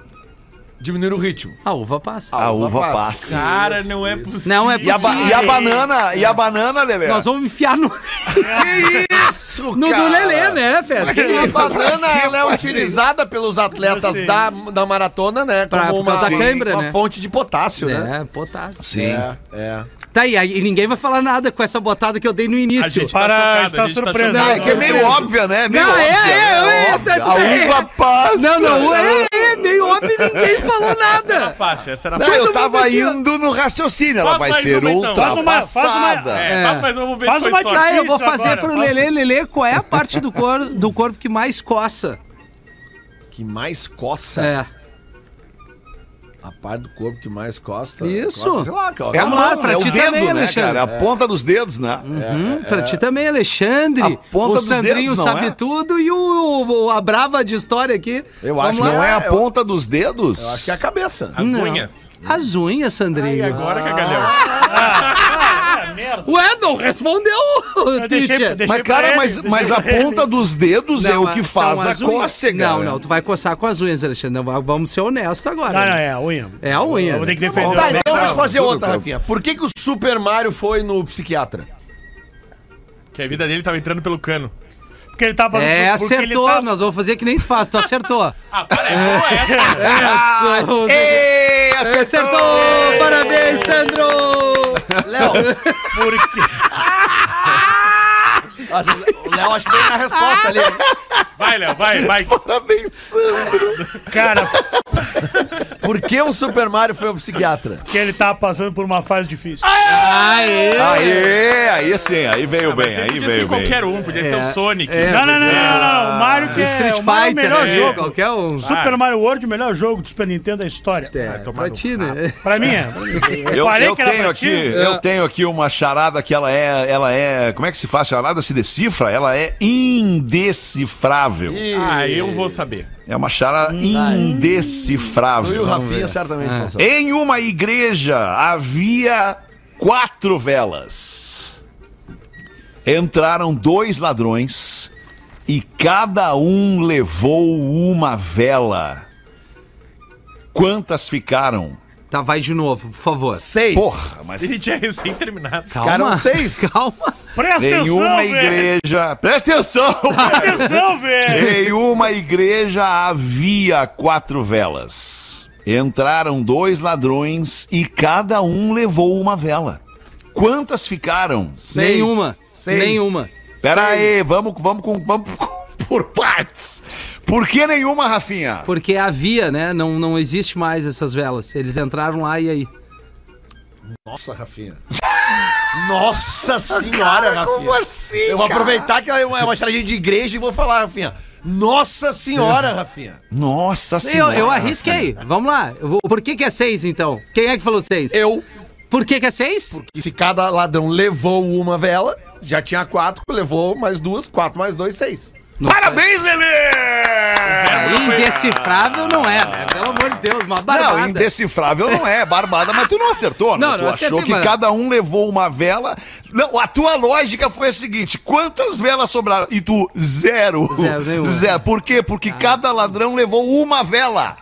[SPEAKER 7] diminuir o ritmo?
[SPEAKER 5] A uva passa.
[SPEAKER 7] Ah,
[SPEAKER 2] A uva passa.
[SPEAKER 6] Cara, não é possível.
[SPEAKER 5] Não é
[SPEAKER 2] E a, ba-
[SPEAKER 5] Sim.
[SPEAKER 2] e a banana, e a banana, Lelê?
[SPEAKER 5] Nós vamos enfiar no,
[SPEAKER 2] Que isso,
[SPEAKER 5] no do
[SPEAKER 2] cara?
[SPEAKER 5] Lelê, né, Fede?
[SPEAKER 2] Que
[SPEAKER 7] A
[SPEAKER 2] isso?
[SPEAKER 7] banana ela é
[SPEAKER 2] fazer
[SPEAKER 7] utilizada pelos atletas da, da maratona, né?
[SPEAKER 5] Pra-
[SPEAKER 7] como
[SPEAKER 5] por causa
[SPEAKER 7] uma,
[SPEAKER 5] da cãibra,
[SPEAKER 7] uma
[SPEAKER 5] né?
[SPEAKER 7] fonte de potássio, né?
[SPEAKER 5] É, potássio.
[SPEAKER 2] Sim.
[SPEAKER 7] é.
[SPEAKER 5] Tá aí, aí ninguém vai falar nada com essa botada que eu dei no
[SPEAKER 6] A
[SPEAKER 5] início.
[SPEAKER 6] gente tá
[SPEAKER 8] Para,
[SPEAKER 6] chocado,
[SPEAKER 8] tá
[SPEAKER 6] a gente tá
[SPEAKER 8] surpreso.
[SPEAKER 6] chocado.
[SPEAKER 5] Não,
[SPEAKER 2] É que é meio óbvia, né? Meio
[SPEAKER 5] Não, é,
[SPEAKER 2] óbvia,
[SPEAKER 5] é,
[SPEAKER 2] né?
[SPEAKER 5] é,
[SPEAKER 2] Óbvia.
[SPEAKER 5] tá-
[SPEAKER 2] A uva passa.
[SPEAKER 5] Não, não, é, é meio óbvio e ninguém falou nada.
[SPEAKER 6] é Fácil, essa era
[SPEAKER 2] Não,
[SPEAKER 6] fácil.
[SPEAKER 2] eu tava
[SPEAKER 5] aqui, ó.
[SPEAKER 2] indo no raciocínio. Ela
[SPEAKER 6] Faz
[SPEAKER 2] vai
[SPEAKER 6] mais
[SPEAKER 2] ser
[SPEAKER 6] uma, então. Faz
[SPEAKER 8] uma- faz uma-
[SPEAKER 2] ultrapassada.
[SPEAKER 6] É,
[SPEAKER 5] É.
[SPEAKER 6] faz mais uma, vamos ver
[SPEAKER 8] Faz
[SPEAKER 6] se
[SPEAKER 8] uma
[SPEAKER 6] foi sorte.
[SPEAKER 5] Tá, eu vou
[SPEAKER 8] Isso
[SPEAKER 5] fazer
[SPEAKER 8] agora,
[SPEAKER 5] pro
[SPEAKER 8] faz.
[SPEAKER 5] Lelê. Lelê, qual é a parte do, cor, do corpo que mais coça?
[SPEAKER 7] Que mais
[SPEAKER 2] Tá.
[SPEAKER 7] coça.
[SPEAKER 5] É.
[SPEAKER 7] A parte do corpo que mais costa.
[SPEAKER 5] Isso.
[SPEAKER 7] Costa, sei lá, cara.
[SPEAKER 2] É, a
[SPEAKER 5] Vamos lá,
[SPEAKER 2] mão,
[SPEAKER 5] pra
[SPEAKER 2] é
[SPEAKER 5] ti
[SPEAKER 2] o dedo,
[SPEAKER 5] também,
[SPEAKER 2] né,
[SPEAKER 5] Alexandre.
[SPEAKER 2] cara? A ponta dos dedos, né?
[SPEAKER 5] Hum, pra ti também, Alexandre.
[SPEAKER 2] A ponta
[SPEAKER 5] o
[SPEAKER 2] dos
[SPEAKER 5] Sandrinho
[SPEAKER 2] dedos, não
[SPEAKER 5] sabe
[SPEAKER 2] é?
[SPEAKER 5] tudo e o, o- a brava de história aqui.
[SPEAKER 7] Eu
[SPEAKER 5] Vamos
[SPEAKER 7] acho
[SPEAKER 5] lá.
[SPEAKER 7] que
[SPEAKER 2] Não é a
[SPEAKER 7] eu-
[SPEAKER 2] ponta dos dedos?
[SPEAKER 7] Acho que é a cabeça.
[SPEAKER 6] As
[SPEAKER 5] Não.
[SPEAKER 6] unhas.
[SPEAKER 5] As unhas,
[SPEAKER 6] E
[SPEAKER 5] Sandrinho. Ah!
[SPEAKER 6] agora, Cagalhão?
[SPEAKER 5] Ué, não respondeu,
[SPEAKER 8] Ah, Eu deixei-
[SPEAKER 5] teacher.
[SPEAKER 8] deixei
[SPEAKER 2] Mas,
[SPEAKER 8] pra
[SPEAKER 2] cara,
[SPEAKER 8] ele,
[SPEAKER 2] mas,
[SPEAKER 8] deixei
[SPEAKER 2] mas
[SPEAKER 8] pra
[SPEAKER 2] a
[SPEAKER 8] ele.
[SPEAKER 2] ponta dos dedos é
[SPEAKER 5] Não,
[SPEAKER 2] o que
[SPEAKER 5] são
[SPEAKER 2] faz a
[SPEAKER 5] as unhas.
[SPEAKER 2] cócega. né?
[SPEAKER 5] Não, não, tu vai coçar com as unhas, Alexandre. Não, vai- vamos ser honestos agora.
[SPEAKER 8] Não, não,
[SPEAKER 5] né?
[SPEAKER 8] é a unha.
[SPEAKER 5] É a unha,
[SPEAKER 8] Eu vou
[SPEAKER 5] né?
[SPEAKER 8] ter que defender.
[SPEAKER 7] Tá,
[SPEAKER 8] o meu.
[SPEAKER 7] então
[SPEAKER 2] Não,
[SPEAKER 7] vamos fazer
[SPEAKER 2] tudo
[SPEAKER 7] outra,
[SPEAKER 2] bem.
[SPEAKER 7] Rafinha. Por que, que o Super Mario foi no psiquiatra?
[SPEAKER 6] Que a vida dele tava entrando pelo cano.
[SPEAKER 8] Porque ele tava...
[SPEAKER 5] É,
[SPEAKER 8] porque ele
[SPEAKER 5] acertou.
[SPEAKER 8] tá-
[SPEAKER 5] Nós vamos fazer que nem tu faz. Tu acertou.
[SPEAKER 6] Ah, para, é boa essa.
[SPEAKER 5] É, tu- tu-
[SPEAKER 2] Ei, acertou!
[SPEAKER 5] acertou! Parabéns, Sandro!
[SPEAKER 7] Léo,
[SPEAKER 8] Porque...
[SPEAKER 7] acho- o Léo acho que veio na resposta ali.
[SPEAKER 6] Vai, Léo, vai, vai.
[SPEAKER 2] Parabéns, Sandro!
[SPEAKER 8] Cara,
[SPEAKER 7] Por que o Super Mario foi o psiquiatra?
[SPEAKER 8] Que ele tá passando por uma fase difícil.
[SPEAKER 5] Aê!
[SPEAKER 2] Aê, aí sim, aí veio bem,
[SPEAKER 6] Mas
[SPEAKER 2] aí
[SPEAKER 6] podia ser
[SPEAKER 2] veio bem.
[SPEAKER 6] qualquer um, podia ser o Sonic.
[SPEAKER 5] É.
[SPEAKER 8] não, não, não, não, não, não. O Mario que é,
[SPEAKER 5] Street
[SPEAKER 8] o Mario é o
[SPEAKER 5] Fighter,
[SPEAKER 8] melhor
[SPEAKER 5] né?
[SPEAKER 8] jogo.
[SPEAKER 5] Qualquer um.
[SPEAKER 8] Super Mario World, o melhor jogo do Super Nintendo da história.
[SPEAKER 5] É, pra ti, né?
[SPEAKER 8] Pra mim é.
[SPEAKER 2] Eu, eu
[SPEAKER 8] era
[SPEAKER 2] tenho
[SPEAKER 8] pra
[SPEAKER 2] aqui,
[SPEAKER 8] ti.
[SPEAKER 5] É.
[SPEAKER 2] eu tenho aqui uma charada que ela é, ela é, como é que se faz charada? Se decifra? Ela é indecifrável.
[SPEAKER 6] Ah, eu vou saber.
[SPEAKER 2] É uma charada
[SPEAKER 5] Hum.
[SPEAKER 7] Eu e o
[SPEAKER 2] indecifrável.
[SPEAKER 7] Rafinha certamente não sabe.
[SPEAKER 2] Em uma igreja havia quatro velas. Entraram dois ladrões e cada um levou uma vela. Quantas ficaram?
[SPEAKER 5] Tá, vai de novo, por favor.
[SPEAKER 7] Seis.
[SPEAKER 2] Porra, mas
[SPEAKER 6] Ele tinha recém-terminado.
[SPEAKER 5] Calma.
[SPEAKER 7] Ficaram seis.
[SPEAKER 5] Calma.
[SPEAKER 8] Presta
[SPEAKER 2] em
[SPEAKER 8] atenção,
[SPEAKER 2] uma
[SPEAKER 8] velho.
[SPEAKER 2] igreja. Presta atenção!
[SPEAKER 8] Presta atenção, velho.
[SPEAKER 2] Em uma igreja havia quatro velas. Entraram dois ladrões e cada um levou uma vela. Quantas ficaram?
[SPEAKER 7] Seis.
[SPEAKER 5] Nenhuma.
[SPEAKER 7] Seis.
[SPEAKER 5] Nenhuma.
[SPEAKER 2] Pera aí, vamos, vamos, com, vamos com- por partes. Por que nenhuma, Rafinha?
[SPEAKER 5] Porque havia, né? Não, não existe mais essas velas. Eles entraram lá e aí.
[SPEAKER 7] Nossa, Rafinha. Nossa senhora, Rafinha. Como assim? Eu vou aproveitar que é uma, é uma charadinha de igreja e vou falar, Rafinha. Nossa senhora, Rafinha.
[SPEAKER 2] Nossa
[SPEAKER 5] Eu,
[SPEAKER 2] senhora.
[SPEAKER 5] eu arrisquei. Vamos lá. Eu vou- Por que, que é seis, então? Quem é que falou seis?
[SPEAKER 7] Eu,
[SPEAKER 5] Por que, que é seis?
[SPEAKER 7] que se cada ladrão levou uma vela, já tinha quatro, levou mais duas, quatro mais dois, seis.
[SPEAKER 5] Não
[SPEAKER 2] Parabéns, Lelê!
[SPEAKER 5] sei. Ah, Indecifrável não é, né? Pelo amor de Deus, uma barbada.
[SPEAKER 2] Não, indecifrável não é, barbada, mas tu não acertou, né?
[SPEAKER 5] Não,
[SPEAKER 2] tu
[SPEAKER 5] não
[SPEAKER 2] achou
[SPEAKER 5] acertei,
[SPEAKER 2] que
[SPEAKER 5] mas-
[SPEAKER 2] cada um levou uma vela. Não, a tua lógica foi a seguinte: quantas velas sobraram? E tu, zero.
[SPEAKER 5] Zero, nenhuma. Ah.
[SPEAKER 2] Zero. Por quê? Porque cada ladrão levou uma vela.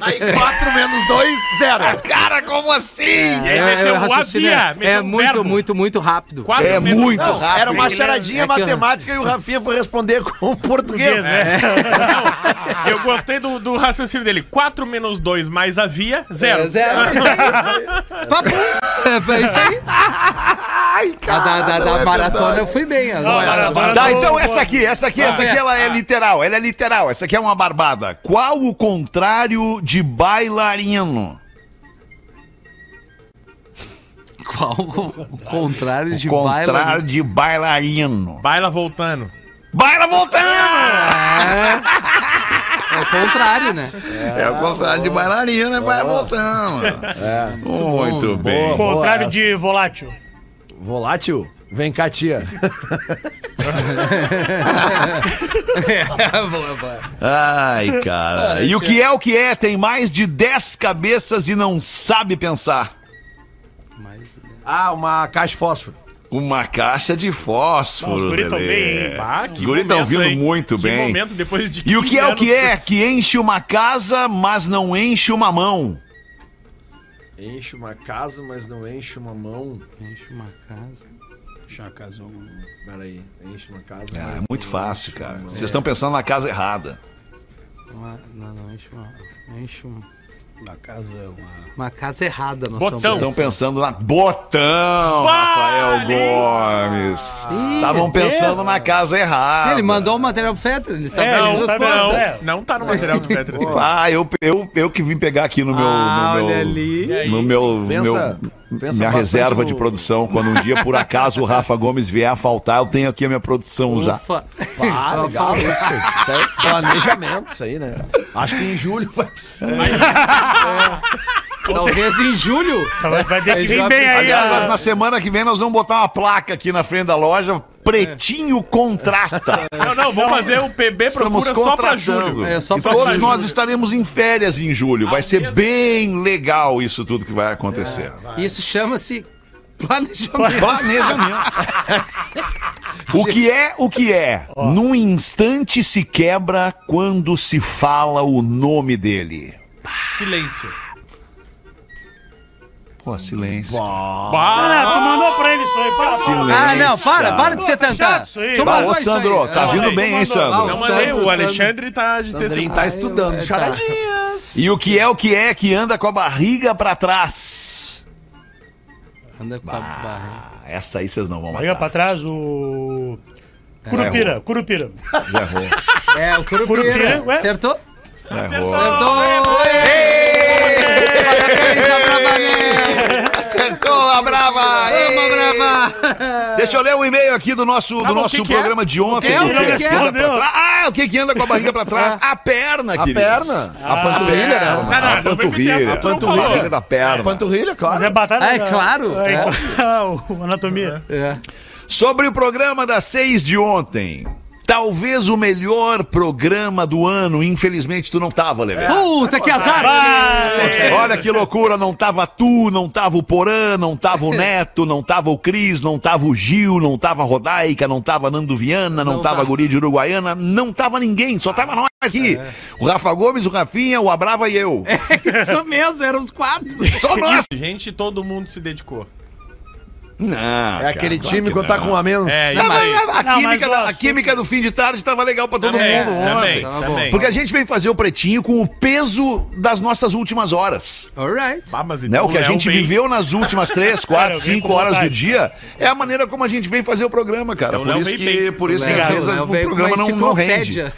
[SPEAKER 7] Aí quatro menos dois, zero.
[SPEAKER 2] Cara, como assim?
[SPEAKER 6] aí
[SPEAKER 5] É,
[SPEAKER 6] meteu
[SPEAKER 5] é, o
[SPEAKER 6] o
[SPEAKER 5] raciocínio
[SPEAKER 6] havia,
[SPEAKER 5] é,
[SPEAKER 6] meteu
[SPEAKER 5] é
[SPEAKER 6] um
[SPEAKER 5] muito,
[SPEAKER 6] verbo.
[SPEAKER 5] muito, muito rápido.
[SPEAKER 6] Quatro
[SPEAKER 2] É
[SPEAKER 6] menos-
[SPEAKER 2] muito
[SPEAKER 6] Não,
[SPEAKER 2] rápido.
[SPEAKER 7] Era uma charadinha
[SPEAKER 5] É que eu-
[SPEAKER 7] matemática e o Rafinha foi responder com português.
[SPEAKER 8] É.
[SPEAKER 6] não, eu gostei do, do raciocínio dele. 4 menos 2 mais havia, zero.
[SPEAKER 5] É, zero. É isso aí. Papo. É, é isso aí.
[SPEAKER 2] Ah,
[SPEAKER 5] a da, da-
[SPEAKER 2] é
[SPEAKER 5] da maratona eu fui bem. a- a- a-
[SPEAKER 8] maratona-
[SPEAKER 2] Tá, então essa aqui, essa aqui, essa aqui,
[SPEAKER 5] é.
[SPEAKER 2] ela é literal, ela é literal, essa aqui é uma barbada. Qual o contrário de bailarino?
[SPEAKER 5] Qual o contrário de
[SPEAKER 2] contrário
[SPEAKER 5] baila?
[SPEAKER 2] de bailarino.
[SPEAKER 6] Baila voltando.
[SPEAKER 2] Baila voltando!
[SPEAKER 5] É. É o contrário, né?
[SPEAKER 2] É o contrário de bailarina, vai voltando. Muito,
[SPEAKER 5] bom.
[SPEAKER 2] bem.
[SPEAKER 8] Contrário de volátil.
[SPEAKER 7] Volátil, vem cá, tia.
[SPEAKER 2] Ai, cara. E o que é o que é? Tem mais de 10 cabeças e não sabe pensar.
[SPEAKER 7] Ah, uma caixa de fósforo.
[SPEAKER 2] Uma caixa de fósforo.
[SPEAKER 8] Não, os guri tão
[SPEAKER 2] Lelê.
[SPEAKER 8] bem, hein?
[SPEAKER 6] Ah,
[SPEAKER 2] os guri estão vindo muito
[SPEAKER 6] que
[SPEAKER 2] bem.
[SPEAKER 6] momento depois de
[SPEAKER 2] E o que
[SPEAKER 6] 15
[SPEAKER 2] é o que
[SPEAKER 6] anos.
[SPEAKER 2] é? Que enche uma casa, mas não enche uma mão.
[SPEAKER 7] Enche uma casa, mas não enche uma mão.
[SPEAKER 5] Enche uma casa.
[SPEAKER 7] Peraí, enche uma casa.
[SPEAKER 2] Cara,
[SPEAKER 7] mas
[SPEAKER 2] é muito
[SPEAKER 7] não
[SPEAKER 2] fácil,
[SPEAKER 7] enche uma
[SPEAKER 2] cara.
[SPEAKER 7] mão.
[SPEAKER 2] Vocês estão pensando na casa errada.
[SPEAKER 5] Uma- não, não, enche uma. Enche uma. casa, uma... casa errada. Nós
[SPEAKER 6] Botão.
[SPEAKER 2] Estão
[SPEAKER 5] estamos pensando.
[SPEAKER 2] pensando na Botão, Rafael Gomes. Estavam pensando na casa errada.
[SPEAKER 5] Ele mandou o material pro Fetter, ele sabe
[SPEAKER 8] É,
[SPEAKER 5] as
[SPEAKER 8] ele
[SPEAKER 5] duas
[SPEAKER 8] sabe,
[SPEAKER 5] coisas,
[SPEAKER 8] não.
[SPEAKER 5] né?
[SPEAKER 8] É.
[SPEAKER 6] Não tá no material do Petra. assim.
[SPEAKER 2] Ah, eu, eu, eu que vim pegar aqui no meu.
[SPEAKER 5] Ah,
[SPEAKER 2] no meu
[SPEAKER 5] olha ali.
[SPEAKER 2] No meu. no
[SPEAKER 7] Pensa-
[SPEAKER 2] meu
[SPEAKER 7] pensa
[SPEAKER 2] minha
[SPEAKER 7] bastante
[SPEAKER 2] reserva
[SPEAKER 7] no-
[SPEAKER 2] de produção. Quando um dia, por acaso, o Rafa Gomes vier a faltar, eu tenho aqui a minha produção já.
[SPEAKER 5] Ufa.
[SPEAKER 7] Ah,
[SPEAKER 5] Ela
[SPEAKER 7] legal
[SPEAKER 5] fala-
[SPEAKER 7] isso. Isso aí é planejamento, isso aí, né? Acho que em julho vai precisar.
[SPEAKER 5] Talvez em julho.
[SPEAKER 8] Tá, Vai, vai ter que
[SPEAKER 5] Aí
[SPEAKER 8] vir
[SPEAKER 5] já
[SPEAKER 8] bem aí.
[SPEAKER 2] Aliás, nós,
[SPEAKER 8] ó.
[SPEAKER 2] na semana que vem nós vamos botar uma placa aqui na frente da loja. Pretinho contrata.
[SPEAKER 6] Não, não, vou fazer o PB
[SPEAKER 2] Estamos
[SPEAKER 6] procura só pra
[SPEAKER 2] contratando.
[SPEAKER 6] julho.
[SPEAKER 5] É, só
[SPEAKER 2] e
[SPEAKER 5] pra
[SPEAKER 2] todos
[SPEAKER 5] julho.
[SPEAKER 2] nós estaremos em férias em julho. Vai ser
[SPEAKER 6] mesmo?
[SPEAKER 2] bem legal isso tudo que vai acontecer.
[SPEAKER 5] Isso chama-se planejamento.
[SPEAKER 2] Planejamento. o que é, o que é? Num instante se quebra quando se fala o nome dele.
[SPEAKER 6] Silêncio.
[SPEAKER 2] Pô, silêncio.
[SPEAKER 8] Ah,
[SPEAKER 6] Bah,
[SPEAKER 8] tu mandou pra ele isso aí. Para, para.
[SPEAKER 2] Silêncio.
[SPEAKER 5] Ah, não, para,
[SPEAKER 2] cara.
[SPEAKER 5] para de você
[SPEAKER 8] Tá chato
[SPEAKER 5] tentar.
[SPEAKER 8] isso aí.
[SPEAKER 5] Tu
[SPEAKER 8] Bah,
[SPEAKER 2] Bah,
[SPEAKER 5] mandou
[SPEAKER 2] ô,
[SPEAKER 5] isso aí.
[SPEAKER 2] Sandro, tá
[SPEAKER 8] Não,
[SPEAKER 2] vindo
[SPEAKER 8] aí,
[SPEAKER 2] bem, hein,
[SPEAKER 8] mandou.
[SPEAKER 2] Sandro?
[SPEAKER 5] Não,
[SPEAKER 6] não mandei.
[SPEAKER 5] Sandro,
[SPEAKER 6] O
[SPEAKER 5] Sandro.
[SPEAKER 6] Alexandre tá de
[SPEAKER 7] Ele
[SPEAKER 6] testemunho.
[SPEAKER 7] tá estudando,
[SPEAKER 5] tá.
[SPEAKER 7] charadinhas.
[SPEAKER 2] E o que é, o que é que anda com a barriga pra trás?
[SPEAKER 5] Anda com a barra.
[SPEAKER 2] Ah, essa aí vocês não vão
[SPEAKER 8] Liga pra
[SPEAKER 2] matar.
[SPEAKER 8] trás o. Curupira, curupira.
[SPEAKER 2] Já errou.
[SPEAKER 5] É, o Curupira.
[SPEAKER 8] Curupira, ué.
[SPEAKER 5] Acertou?
[SPEAKER 8] Ah, é,
[SPEAKER 2] Já errou.
[SPEAKER 5] Acertou! Aê! Parabéns,
[SPEAKER 2] é,
[SPEAKER 5] Abravanel!
[SPEAKER 2] Acertou a brava!
[SPEAKER 5] Vamos,
[SPEAKER 2] Ei!
[SPEAKER 5] Brava!
[SPEAKER 2] Deixa eu ler o e-mail aqui do nosso, do
[SPEAKER 6] mas o
[SPEAKER 2] nosso
[SPEAKER 6] que que é?
[SPEAKER 2] programa de ontem.
[SPEAKER 5] é? O que
[SPEAKER 2] Barriga
[SPEAKER 5] que é?
[SPEAKER 2] pra
[SPEAKER 8] Meu.
[SPEAKER 2] trás. Ah, o que que anda com a barriga pra trás? A perna,
[SPEAKER 4] A
[SPEAKER 2] queridos.
[SPEAKER 4] perna,
[SPEAKER 7] Ah.
[SPEAKER 4] a panturrilha,
[SPEAKER 2] Perna,
[SPEAKER 4] né?
[SPEAKER 2] a
[SPEAKER 6] Caralho, vem meter
[SPEAKER 2] panturrilha.
[SPEAKER 6] essa
[SPEAKER 2] A
[SPEAKER 6] que tu não
[SPEAKER 2] panturrilha, a
[SPEAKER 6] falou.
[SPEAKER 2] barriga da
[SPEAKER 4] A
[SPEAKER 2] perna.
[SPEAKER 4] Panturrilha,
[SPEAKER 8] Mas é
[SPEAKER 4] claro.
[SPEAKER 8] batalha.
[SPEAKER 5] Ah, é
[SPEAKER 8] da-
[SPEAKER 5] claro,
[SPEAKER 8] É,
[SPEAKER 5] é.
[SPEAKER 8] igual a anatomia.
[SPEAKER 5] É.
[SPEAKER 2] Sobre o programa das seis de ontem. Talvez o melhor programa do ano. Infelizmente, tu não tava, Lelê.
[SPEAKER 5] Puta, que azar!
[SPEAKER 8] É.
[SPEAKER 2] Olha que loucura, não tava tu, não tava o Porã, não tava o Neto, não tava o Cris, não tava o Gil, não tava a Rodaica, não tava Nando Viana, não,
[SPEAKER 5] Não
[SPEAKER 2] tava a
[SPEAKER 5] tava.
[SPEAKER 2] Guri de Uruguaiana, não tava ninguém, só tava nós aqui. O Rafa Gomes, o Rafinha, o Abrava e eu.
[SPEAKER 5] É. Isso mesmo, eram os quatro.
[SPEAKER 2] Só nós.
[SPEAKER 6] Gente, todo mundo se dedicou.
[SPEAKER 2] Não,
[SPEAKER 4] É aquele time quando tá com um a menos.
[SPEAKER 6] É,
[SPEAKER 2] Não,
[SPEAKER 6] isso aí.
[SPEAKER 2] mas a,
[SPEAKER 8] Não, mas
[SPEAKER 2] química,
[SPEAKER 8] o
[SPEAKER 2] da- a
[SPEAKER 8] assunto-
[SPEAKER 2] química do fim de tarde tava legal pra todo
[SPEAKER 6] Também,
[SPEAKER 2] mundo ontem.
[SPEAKER 6] é, também,
[SPEAKER 5] Tá bom.
[SPEAKER 6] também.
[SPEAKER 2] Porque a gente veio fazer o pretinho com o peso das nossas últimas horas.
[SPEAKER 5] Alright.
[SPEAKER 6] Ah, mas
[SPEAKER 2] Né?
[SPEAKER 6] então
[SPEAKER 2] O que a
[SPEAKER 6] Léo
[SPEAKER 2] gente
[SPEAKER 6] vem.
[SPEAKER 2] viveu nas últimas três,
[SPEAKER 8] Cara,
[SPEAKER 2] quatro,
[SPEAKER 8] eu vim
[SPEAKER 2] cinco
[SPEAKER 8] com
[SPEAKER 2] horas do
[SPEAKER 8] vontade.
[SPEAKER 2] dia é a maneira como a gente vem fazer o programa, cara.
[SPEAKER 6] Então,
[SPEAKER 2] por
[SPEAKER 6] Léo
[SPEAKER 2] isso
[SPEAKER 6] veio
[SPEAKER 2] que,
[SPEAKER 6] bem.
[SPEAKER 2] por isso que às
[SPEAKER 5] Obrigado,
[SPEAKER 2] vezes
[SPEAKER 5] Léo,
[SPEAKER 2] o
[SPEAKER 5] veio com
[SPEAKER 2] programa
[SPEAKER 5] uma
[SPEAKER 2] não, não rende.
[SPEAKER 5] enciclopédia.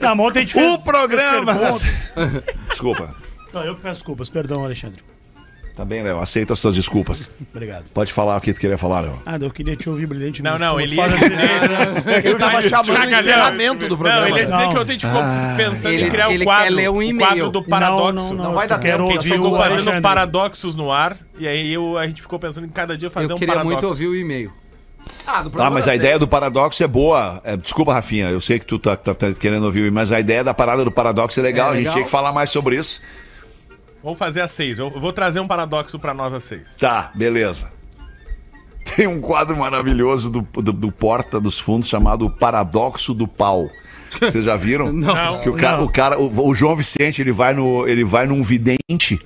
[SPEAKER 8] Na mão tem diferença.
[SPEAKER 2] O programa.
[SPEAKER 8] Pergunta-
[SPEAKER 2] Desculpa.
[SPEAKER 8] Não, eu que peço desculpas. Perdão, Alexandre.
[SPEAKER 2] Tá bem, Léo. Aceito as tuas desculpas.
[SPEAKER 8] Obrigado.
[SPEAKER 2] Pode falar o que tu queria falar, Léo.
[SPEAKER 8] Ah, eu queria te ouvir brilhante.
[SPEAKER 6] Não, não, ele ia
[SPEAKER 8] Faz a
[SPEAKER 6] dizer.
[SPEAKER 4] Eu
[SPEAKER 6] então
[SPEAKER 4] tava chamando o
[SPEAKER 6] Traga, Léo.
[SPEAKER 4] encerramento do programa.
[SPEAKER 6] Não, ele ia dizer
[SPEAKER 8] Não.
[SPEAKER 6] que ontem a gente ficou pensando
[SPEAKER 5] Ele-
[SPEAKER 6] em criar
[SPEAKER 5] ele
[SPEAKER 6] o quadro,
[SPEAKER 5] quer ler um
[SPEAKER 6] o
[SPEAKER 5] e-mail.
[SPEAKER 6] quadro do paradoxo.
[SPEAKER 8] Não, não, não,
[SPEAKER 4] vai
[SPEAKER 8] eu
[SPEAKER 4] dar tempo,
[SPEAKER 8] quero
[SPEAKER 6] Porque
[SPEAKER 8] ouvir
[SPEAKER 6] a gente ficou
[SPEAKER 8] o
[SPEAKER 6] fazendo
[SPEAKER 8] Alexandre.
[SPEAKER 6] paradoxos no ar, e aí eu- a gente ficou pensando em cada dia fazer
[SPEAKER 5] Eu
[SPEAKER 6] um
[SPEAKER 5] queria
[SPEAKER 6] paradoxo.
[SPEAKER 5] muito ouvir o e-mail.
[SPEAKER 4] Ah, do programa
[SPEAKER 2] Ah, mas
[SPEAKER 4] da
[SPEAKER 2] a ideia do paradoxo é boa. É, desculpa, Rafinha, eu sei que tu tá, tá- tá querendo ouvir, mas a ideia da parada do paradoxo é legal.
[SPEAKER 5] É
[SPEAKER 2] A gente
[SPEAKER 5] legal.
[SPEAKER 2] tinha que falar mais sobre isso.
[SPEAKER 6] Vamos fazer às seis. Eu vou trazer um paradoxo pra nós às seis.
[SPEAKER 2] Tá, beleza. Tem um quadro maravilhoso do, do, do Porta dos Fundos chamado Paradoxo do Pau. Vocês já viram?
[SPEAKER 5] Não.
[SPEAKER 2] Que o cara, o, cara o, o João Vicente, ele vai, no, ele vai num vidente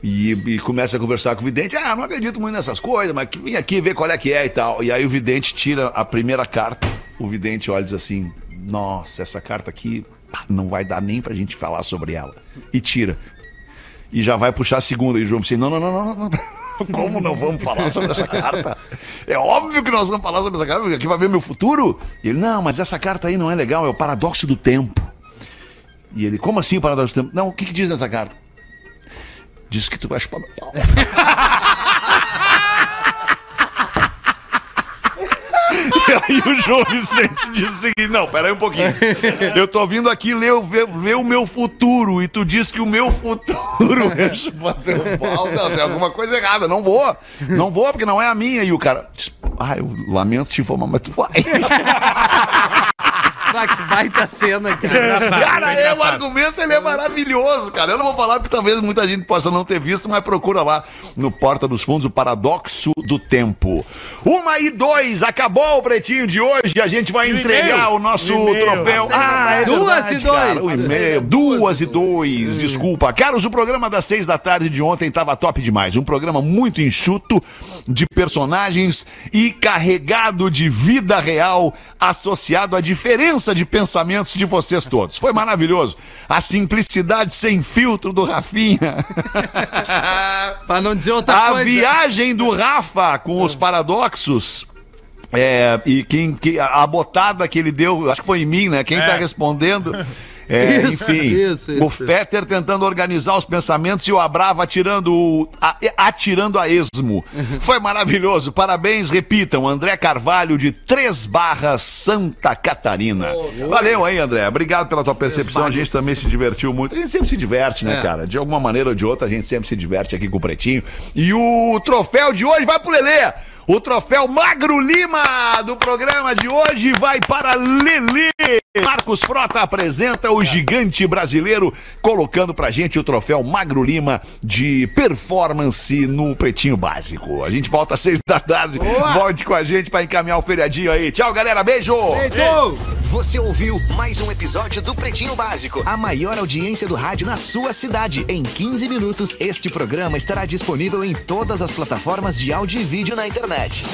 [SPEAKER 2] e, e começa a conversar com o vidente. Ah, não acredito muito nessas coisas, mas que- vim aqui ver qual é que é e tal. E aí o vidente tira a primeira carta. O vidente olha e diz assim: Nossa, essa carta aqui pá, não vai dar nem pra gente falar sobre ela. E tira. E já vai puxar a segunda. E o João Vicente: Não, não, não, não, não. não. Como não vamos falar sobre essa carta? É óbvio que nós vamos falar sobre essa carta, porque aqui vai ver meu futuro. E ele, não, mas essa carta aí não é legal, é o paradoxo do tempo. E ele, como assim o paradoxo do tempo? Não, o que, que diz nessa carta? Diz que tu vai chupar meu pau. E aí o João Vicente disse o seguinte, não, peraí um pouquinho. Eu tô vindo aqui ler, o- ver, ver o meu futuro e tu diz que o meu futuro é chupar teu pau. Não, tem alguma coisa errada, não vou. Não vou porque não é a minha. E o cara, diz, ah, eu lamento te informar, mas tu vai.
[SPEAKER 5] Ah, que baita cena, cara.
[SPEAKER 6] Engraçado,
[SPEAKER 2] Cara,
[SPEAKER 6] isso é
[SPEAKER 2] é, o
[SPEAKER 6] engraçado.
[SPEAKER 2] argumento ele é maravilhoso, cara. Eu não vou falar porque talvez muita gente possa não ter visto, mas procura lá no Porta dos Fundos o Paradoxo do Tempo. Uma e dois, acabou o pretinho de hoje. A gente vai
[SPEAKER 6] o
[SPEAKER 2] entregar
[SPEAKER 6] e-mail? tá
[SPEAKER 2] o nosso
[SPEAKER 8] O e-mail.
[SPEAKER 2] troféu. Ah, é
[SPEAKER 5] Duas e
[SPEAKER 2] Cara, o
[SPEAKER 5] dois.
[SPEAKER 2] e-mail, é duas e dois, desculpa. Caros, o programa das seis da tarde de ontem tava top demais. Um programa muito enxuto de personagens e carregado de vida real associado à diferença de pensamentos de vocês todos. Foi maravilhoso. A simplicidade sem filtro do Rafinha.
[SPEAKER 5] Pra não dizer outra
[SPEAKER 2] A
[SPEAKER 5] Tá coisa.
[SPEAKER 2] viagem do Rafa com os paradoxos. É, e quem, que, a a botada que ele deu, acho que foi em mim, né? Quem tá respondendo. É,
[SPEAKER 5] Isso,
[SPEAKER 2] enfim,
[SPEAKER 5] isso,
[SPEAKER 2] o
[SPEAKER 5] isso.
[SPEAKER 2] Fetter tentando organizar os pensamentos e o Abrava atirando, o- a- atirando a esmo.
[SPEAKER 5] Uhum.
[SPEAKER 2] Foi maravilhoso, parabéns, repitam. André Carvalho de Três Barras, Santa Catarina. Valeu aí, André. Obrigado pela tua percepção. A gente
[SPEAKER 5] Barras.
[SPEAKER 2] também se divertiu muito. A gente sempre se diverte, né,
[SPEAKER 5] É.
[SPEAKER 2] cara? De alguma maneira ou de outra, a gente sempre se diverte aqui com o Pretinho. E o troféu de hoje vai pro Lelê. O troféu Magro Lima do programa de hoje vai para Lelê. Marcos Frota apresenta o gigante brasileiro, colocando pra gente o troféu Magro Lima de performance no Pretinho Básico. A gente volta às seis da tarde. Volte com a gente pra encaminhar o feriadinho aí. Tchau, galera. Beijo!
[SPEAKER 5] Feito!
[SPEAKER 11] Você ouviu mais um episódio do Pretinho Básico, a maior audiência do rádio na sua cidade. Em 15 minutos, este programa estará disponível em todas as plataformas de áudio e vídeo na internet.